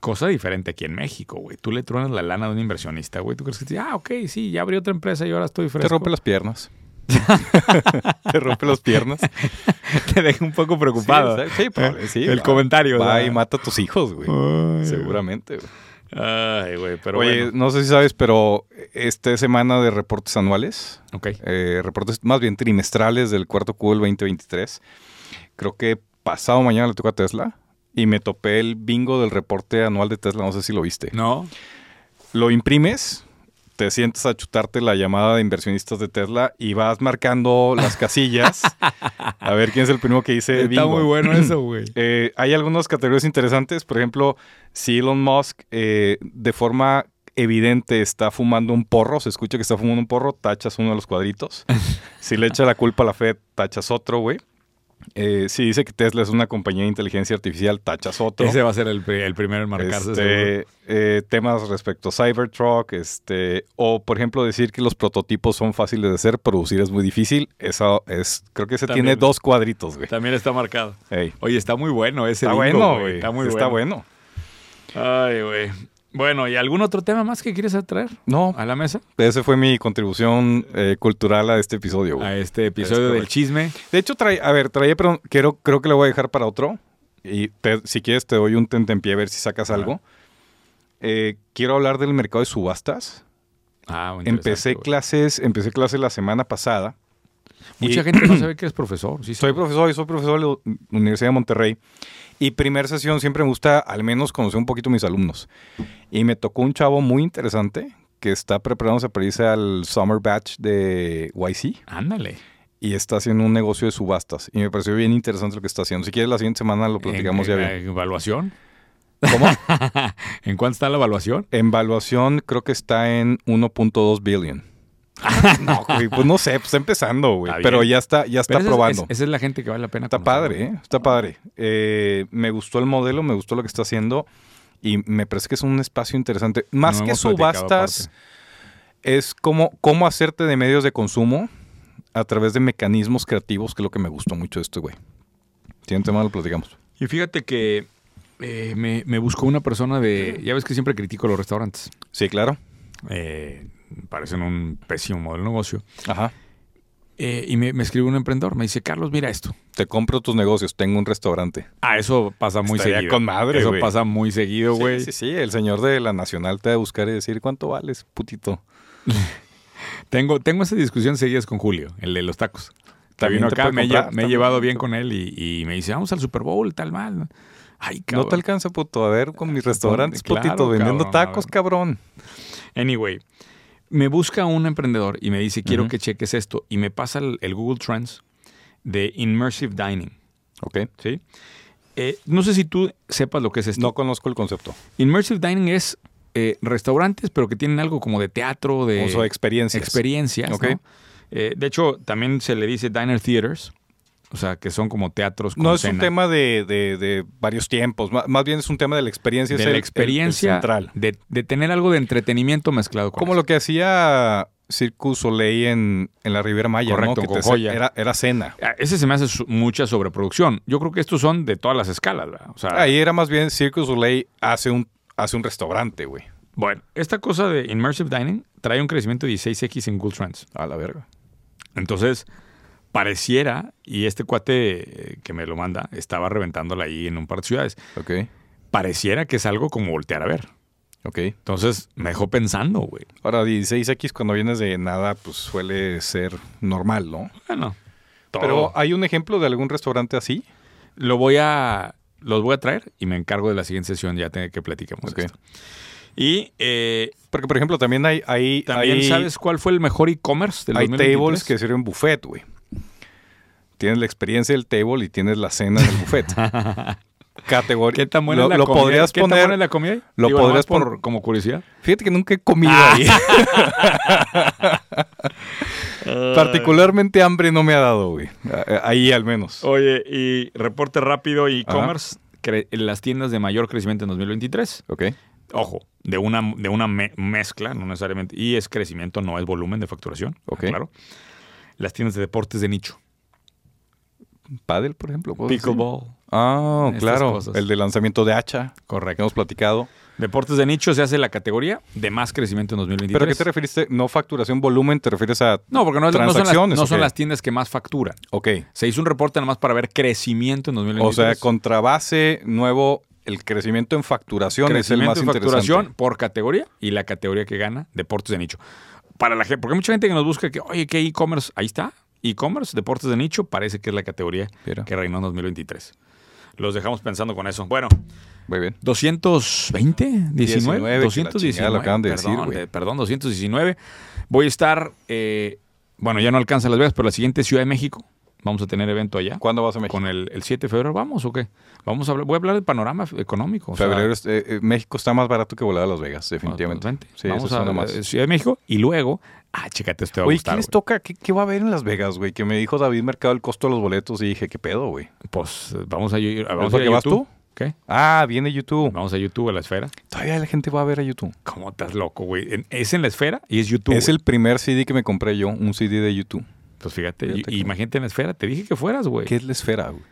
[SPEAKER 1] Cosa diferente aquí en México, güey. Tú le truenas la lana de un inversionista, güey. Tú crees que, te- ah, ok, sí, ya abrí otra empresa y ahora estoy
[SPEAKER 2] Te
[SPEAKER 1] fresco.
[SPEAKER 2] rompe <laughs>
[SPEAKER 1] <laughs>
[SPEAKER 2] las piernas. Te rompe las piernas.
[SPEAKER 1] Te deja un poco
[SPEAKER 2] Sí, exacto. Sí, probable,
[SPEAKER 1] pues,
[SPEAKER 2] sí,
[SPEAKER 1] el
[SPEAKER 2] va.
[SPEAKER 1] comentario. o
[SPEAKER 2] Va
[SPEAKER 1] sea.
[SPEAKER 2] y mata a tus hijos, güey.
[SPEAKER 1] Ay,
[SPEAKER 2] Seguramente, güey.
[SPEAKER 1] Ay, güey, pero
[SPEAKER 2] Oye,
[SPEAKER 1] bueno.
[SPEAKER 2] no sé si sabes, pero esta semana de reportes anuales,
[SPEAKER 1] Ok.
[SPEAKER 2] eh, reportes más bien trimestrales del cuarto Q del 2023, creo que pasado mañana le toca a Tesla y me topé el bingo del reporte anual de Tesla, no sé si lo viste.
[SPEAKER 1] No,
[SPEAKER 2] Lo imprimes, te sientas a chutarte la llamada de inversionistas de Tesla y vas marcando las
[SPEAKER 1] <laughs>
[SPEAKER 2] casillas a ver quién es el primero que dice bingo.
[SPEAKER 1] está muy bueno eso, güey.
[SPEAKER 2] Eh, hay algunas categorías interesantes. Por ejemplo, si Elon Musk eh, de forma evidente está fumando un porro, se escucha que está fumando un porro, tachas uno de los
[SPEAKER 1] <laughs>
[SPEAKER 2] cuadritos. si le echa la culpa a la Fed, tachas otro, güey. Eh, si dice que Tesla es una compañía de inteligencia artificial, tachas otro.
[SPEAKER 1] Ese va a ser el, pri- el primero en marcarse. seguro.
[SPEAKER 2] Este, eh, temas respecto a Cybertruck, este, o por ejemplo decir que los prototipos son fáciles de hacer, producir es muy difícil, eso es, creo que ese
[SPEAKER 1] También.
[SPEAKER 2] tiene dos cuadritos, güey.
[SPEAKER 1] También está marcado.
[SPEAKER 2] Ey.
[SPEAKER 1] Oye, está muy bueno ese
[SPEAKER 2] Está
[SPEAKER 1] bingo,
[SPEAKER 2] bueno, güey.
[SPEAKER 1] Está muy
[SPEAKER 2] Está
[SPEAKER 1] bueno.
[SPEAKER 2] bueno.
[SPEAKER 1] Ay, güey. Bueno, ¿y algún otro tema más que quieres traer
[SPEAKER 2] No,
[SPEAKER 1] a la mesa?
[SPEAKER 2] Esa fue mi contribución eh, cultural a este episodio. güey.
[SPEAKER 1] A este episodio
[SPEAKER 2] Es
[SPEAKER 1] del chisme.
[SPEAKER 2] De hecho, trae, a ver, traía, pero quiero, creo que lo voy a dejar para otro. Y te- si quieres, te doy un tentempié a ver si sacas
[SPEAKER 1] Ajá.
[SPEAKER 2] algo. Eh, quiero hablar del mercado de subastas.
[SPEAKER 1] Ah,
[SPEAKER 2] Empecé
[SPEAKER 1] claro.
[SPEAKER 2] clases, empecé clases la semana pasada.
[SPEAKER 1] Mucha
[SPEAKER 2] y- <clears throat>
[SPEAKER 1] gente no sabe que eres profesor. Sí,
[SPEAKER 2] Soy
[SPEAKER 1] sabe.
[SPEAKER 2] profesor y soy profesor de la Universidad de Monterrey. Y primer sesión siempre me gusta al menos conocer un poquito a mis alumnos. Y me tocó un chavo muy interesante que está preparándose para irse al Summer Batch de YC.
[SPEAKER 1] Ándale.
[SPEAKER 2] y está haciendo un negocio de subastas. Y me pareció bien interesante lo que está haciendo. Si quieres, la siguiente semana lo platicamos
[SPEAKER 1] En-
[SPEAKER 2] ya bien.
[SPEAKER 1] en ¿Evaluación?
[SPEAKER 2] ¿Cómo?
[SPEAKER 1] <laughs> ¿En cuánto está la evaluación?
[SPEAKER 2] En valuación creo que está en 1.2 billion. <laughs> no, güey, pues no sé, pues está empezando, güey.
[SPEAKER 1] Ah. Está bien.
[SPEAKER 2] Pero ya está, ya está
[SPEAKER 1] Pero esa es-
[SPEAKER 2] probando.
[SPEAKER 1] es- Esa es la gente que vale la pena
[SPEAKER 2] está
[SPEAKER 1] conocer,
[SPEAKER 2] padre,
[SPEAKER 1] güey.
[SPEAKER 2] ¿eh? Está padre. Eh, me gustó el modelo, me gustó lo que está haciendo. Y me parece que es un espacio interesante. Más
[SPEAKER 1] No
[SPEAKER 2] que
[SPEAKER 1] hemos platicado
[SPEAKER 2] subastas,
[SPEAKER 1] aparte.
[SPEAKER 2] es como cómo hacerte de medios de consumo a través de mecanismos creativos, que es lo que me gustó mucho de esto, güey. Siguiente semana lo platicamos.
[SPEAKER 1] Y fíjate que eh, me, me buscó una persona de... Ya ves que siempre critico los restaurantes.
[SPEAKER 2] Sí, claro.
[SPEAKER 1] Eh, parecen un pésimo modelo de negocio.
[SPEAKER 2] Ajá.
[SPEAKER 1] Eh, y me, me escribe un emprendedor, me dice, Carlos, mira esto.
[SPEAKER 2] Te compro tus negocios, tengo un restaurante.
[SPEAKER 1] Ah, eso pasa muy
[SPEAKER 2] Estaría
[SPEAKER 1] seguido.
[SPEAKER 2] con madre,
[SPEAKER 1] Eso
[SPEAKER 2] güey.
[SPEAKER 1] pasa muy seguido, güey.
[SPEAKER 2] Sí, sí, sí, el señor de la Nacional te va a buscar y decir cuánto vales, putito.
[SPEAKER 1] Tengo, tengo esa discusión seguidas con Julio, el de los tacos. Que
[SPEAKER 2] También
[SPEAKER 1] vino
[SPEAKER 2] te
[SPEAKER 1] acá,
[SPEAKER 2] puede
[SPEAKER 1] me, he lle-
[SPEAKER 2] comprar,
[SPEAKER 1] me he
[SPEAKER 2] también.
[SPEAKER 1] llevado bien con él y, y me dice, vamos al Super Bowl, tal mal. Ay,
[SPEAKER 2] No te
[SPEAKER 1] cabrón.
[SPEAKER 2] alcanza, puto. A ver, con mis restaurantes,
[SPEAKER 1] claro,
[SPEAKER 2] putito, vendiendo
[SPEAKER 1] cabrón, a
[SPEAKER 2] tacos,
[SPEAKER 1] ver.
[SPEAKER 2] cabrón.
[SPEAKER 1] Anyway, me busca un emprendedor y me dice, quiero
[SPEAKER 2] Ujú.
[SPEAKER 1] que cheques esto. Y me pasa el, el Google Trends de Immersive Dining,
[SPEAKER 2] Ok.
[SPEAKER 1] ¿sí? Eh, no sé si tú sepas lo que es esto.
[SPEAKER 2] No conozco el concepto.
[SPEAKER 1] Immersive Dining es eh, restaurantes, pero que tienen algo como de teatro, de...
[SPEAKER 2] Uso de experiencias.
[SPEAKER 1] experiencias.
[SPEAKER 2] Ok.
[SPEAKER 1] ¿no? Eh, de hecho, también se le dice diner theaters, o sea, que son como teatros con
[SPEAKER 2] No es un
[SPEAKER 1] cena.
[SPEAKER 2] tema de, de- de varios tiempos, má- más bien es un tema de la experiencia.
[SPEAKER 1] de
[SPEAKER 2] es
[SPEAKER 1] la
[SPEAKER 2] el- el- el
[SPEAKER 1] experiencia
[SPEAKER 2] central.
[SPEAKER 1] De, de tener algo de entretenimiento mezclado con
[SPEAKER 2] Como
[SPEAKER 1] eso.
[SPEAKER 2] lo que hacía Circus Soleil en, en la Riviera Maya,
[SPEAKER 1] Correcto,
[SPEAKER 2] ¿no? Que
[SPEAKER 1] con
[SPEAKER 2] te-
[SPEAKER 1] joya.
[SPEAKER 2] Era, era cena.
[SPEAKER 1] Ah, Ese se me hace su- mucha sobreproducción. Yo creo que estos son de todas las escalas, ¿verdad? O sea,
[SPEAKER 2] Ahí era más bien Circus Soleil hace un, hace un restaurante, güey.
[SPEAKER 1] bueno, esta cosa de immersive dining trae un crecimiento de 16x en Google Trends.
[SPEAKER 2] A la verga.
[SPEAKER 1] Entonces, pareciera, y este cuate eh, que me lo manda estaba reventándola ahí en un par de ciudades,
[SPEAKER 2] Ok,
[SPEAKER 1] pareciera que es algo como voltear a ver.
[SPEAKER 2] ok.
[SPEAKER 1] Entonces, me dejó pensando, güey.
[SPEAKER 2] Ahora, 16X cuando vienes de nada, pues suele ser normal, ¿no?
[SPEAKER 1] Bueno, todo.
[SPEAKER 2] Pero hay un ejemplo de algún restaurante así.
[SPEAKER 1] lo voy a los voy a traer y me encargo de la siguiente sesión ya te- que platiquemos
[SPEAKER 2] Ok.
[SPEAKER 1] esto. Y eh,
[SPEAKER 2] Porque, por ejemplo, también hay... hay
[SPEAKER 1] también
[SPEAKER 2] hay-
[SPEAKER 1] sabes cuál fue el mejor e-commerce del
[SPEAKER 2] Hay
[SPEAKER 1] 2023?
[SPEAKER 2] tables que sirven buffet, güey. Tienes la experiencia del table y tienes la cena del
[SPEAKER 1] <laughs>
[SPEAKER 2] buffet. Categoría.
[SPEAKER 1] ¿Qué tan buena
[SPEAKER 2] lo,
[SPEAKER 1] es la
[SPEAKER 2] lo
[SPEAKER 1] comida?
[SPEAKER 2] podrías
[SPEAKER 1] ¿Qué tan
[SPEAKER 2] poner.
[SPEAKER 1] buena es la comida? ahí?
[SPEAKER 2] lo
[SPEAKER 1] nomás
[SPEAKER 2] podrías
[SPEAKER 1] por-
[SPEAKER 2] pon-
[SPEAKER 1] como curiosidad.
[SPEAKER 2] Fíjate que nunca he comido
[SPEAKER 1] Ah.
[SPEAKER 2] ahí. <laughs> Particularmente hambre no me ha dado, güey. A- a- Ahí al menos.
[SPEAKER 1] Oye, y reporte rápido
[SPEAKER 2] Ajá.
[SPEAKER 1] e-commerce, cre- las tiendas de mayor crecimiento en 2023.
[SPEAKER 2] Ok.
[SPEAKER 1] Ojo, de una, de una me- mezcla, no necesariamente. Y es crecimiento, no es volumen de facturación.
[SPEAKER 2] Ok.
[SPEAKER 1] Claro. Las tiendas de deportes de nicho.
[SPEAKER 2] Paddle, por ejemplo. ¿puedo decir?
[SPEAKER 1] Pickleball.
[SPEAKER 2] Ah,
[SPEAKER 1] Estas
[SPEAKER 2] claro.
[SPEAKER 1] cosas.
[SPEAKER 2] El de lanzamiento de hacha. Correcto. hemos platicado.
[SPEAKER 1] Deportes de nicho se hace la categoría de más crecimiento en 2023.
[SPEAKER 2] ¿Pero a qué te referiste? No facturación, volumen, te refieres a.
[SPEAKER 1] No, porque no, es- no son, las,
[SPEAKER 2] Transacciones,
[SPEAKER 1] no son
[SPEAKER 2] ok.
[SPEAKER 1] las tiendas que más facturan.
[SPEAKER 2] Ok.
[SPEAKER 1] Se hizo un reporte nomás para ver crecimiento en 2023.
[SPEAKER 2] O sea, contrabase nuevo, el crecimiento en facturación
[SPEAKER 1] crecimiento
[SPEAKER 2] es el
[SPEAKER 1] en
[SPEAKER 2] más
[SPEAKER 1] facturación
[SPEAKER 2] interesante.
[SPEAKER 1] por categoría y la categoría que gana, deportes de nicho. Para la gente, porque hay mucha gente que nos busca que, oye, ¿qué e-commerce? Ahí está. E-commerce, deportes de nicho, parece que es la categoría
[SPEAKER 2] Mira.
[SPEAKER 1] que reinó en 2023. Los dejamos pensando con eso. Bueno,
[SPEAKER 2] Muy bien.
[SPEAKER 1] 220, 19,
[SPEAKER 2] 19, que la
[SPEAKER 1] 219.
[SPEAKER 2] chingada lo acaban de
[SPEAKER 1] perdón,
[SPEAKER 2] decir, güey.
[SPEAKER 1] de- perdón, 219. Voy a estar, eh, bueno, ya no alcanza Las Vegas, pero la siguiente Ciudad de México. Vamos a tener evento allá.
[SPEAKER 2] ¿Cuándo vas a México?
[SPEAKER 1] Con el, el 7 de febrero, ¿vamos o qué? Vamos a hablar, voy a hablar del panorama f- económico. o sea,
[SPEAKER 2] Febrero, es- eh, eh, México está más barato que volar a Las Vegas, definitivamente. Sí,
[SPEAKER 1] vamos
[SPEAKER 2] eso
[SPEAKER 1] a
[SPEAKER 2] suena más.
[SPEAKER 1] eh, Ciudad de México y luego, ah, chécate, esto te va a
[SPEAKER 2] Oye,
[SPEAKER 1] gustar,
[SPEAKER 2] ¿qué les
[SPEAKER 1] güey.
[SPEAKER 2] toca? ¿Qué, qué va a haber en Las Vegas, güey? Que me dijo David Mercado el costo de los boletos y dije, ¿qué pedo, güey?
[SPEAKER 1] Pues eh, vamos a ir vamos a,
[SPEAKER 2] por
[SPEAKER 1] ir
[SPEAKER 2] qué
[SPEAKER 1] a
[SPEAKER 2] vas
[SPEAKER 1] YouTube.
[SPEAKER 2] tú?
[SPEAKER 1] ¿Qué?
[SPEAKER 2] Ah, viene YouTube.
[SPEAKER 1] Vamos a YouTube, a la esfera.
[SPEAKER 2] Todavía la gente va a ver a YouTube.
[SPEAKER 1] ¿Cómo estás loco, güey? En- Es en la esfera y es YouTube.
[SPEAKER 2] es
[SPEAKER 1] güey.
[SPEAKER 2] el primer CD que me compré yo, un CD de YouTube.
[SPEAKER 1] Pues fíjate,
[SPEAKER 2] Fíjate
[SPEAKER 1] y-
[SPEAKER 2] cómo-
[SPEAKER 1] imagínate en la esfera, te dije que fueras, güey.
[SPEAKER 2] ¿Qué es la esfera, güey?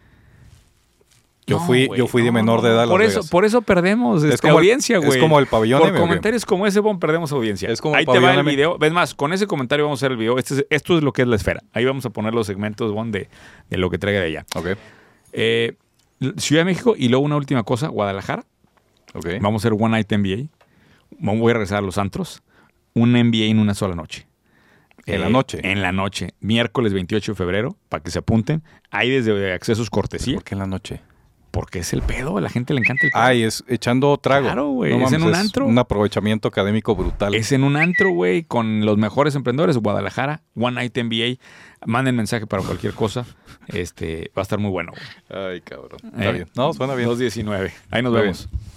[SPEAKER 2] Yo
[SPEAKER 1] No,
[SPEAKER 2] fui,
[SPEAKER 1] güey,
[SPEAKER 2] yo fui de
[SPEAKER 1] no,
[SPEAKER 2] menor
[SPEAKER 1] no,
[SPEAKER 2] de
[SPEAKER 1] no.
[SPEAKER 2] edad a Las
[SPEAKER 1] Por eso,
[SPEAKER 2] Vegas.
[SPEAKER 1] por eso perdemos
[SPEAKER 2] Es
[SPEAKER 1] este,
[SPEAKER 2] como el-
[SPEAKER 1] audiencia,
[SPEAKER 2] es
[SPEAKER 1] güey.
[SPEAKER 2] como el pabellón
[SPEAKER 1] Por
[SPEAKER 2] M, güey.
[SPEAKER 1] comentarios como ese, bon, perdemos audiencia.
[SPEAKER 2] Es como el
[SPEAKER 1] Ahí te va
[SPEAKER 2] pabellón eh.
[SPEAKER 1] el
[SPEAKER 2] M.
[SPEAKER 1] video. Ves más, con ese comentario vamos a hacer el video. Este es- esto es lo que es la esfera. Ahí vamos a poner los segmentos, bon, de, de lo que traiga de allá.
[SPEAKER 2] Ok,
[SPEAKER 1] Eh, Ciudad de México y luego una última cosa, Guadalajara.
[SPEAKER 2] ok.
[SPEAKER 1] Vamos a hacer One Night NBA. Vamos- Voy a regresar a los antros. Un NBA en una sola noche.
[SPEAKER 2] En
[SPEAKER 1] Eh,
[SPEAKER 2] la noche.
[SPEAKER 1] En la noche. Miércoles 28 de febrero, para que se apunten. Hay desde accesos cortesía.
[SPEAKER 2] ¿Por qué en la noche?
[SPEAKER 1] Porque es el pedo, a la gente le encanta el pedo.
[SPEAKER 2] Ay, es echando trago.
[SPEAKER 1] Claro, güey, es
[SPEAKER 2] mames,
[SPEAKER 1] en un antro.
[SPEAKER 2] Un aprovechamiento académico brutal.
[SPEAKER 1] Es en un antro, güey, con los mejores emprendedores. Guadalajara, One Night NBA. Manden mensaje para cualquier cosa. Este, va a estar muy bueno. güey.
[SPEAKER 2] Ay, cabrón. Está
[SPEAKER 1] Eh,
[SPEAKER 2] bien. No, suena bien.
[SPEAKER 1] 2.19. Ahí nos
[SPEAKER 2] Muy
[SPEAKER 1] vemos.
[SPEAKER 2] bien.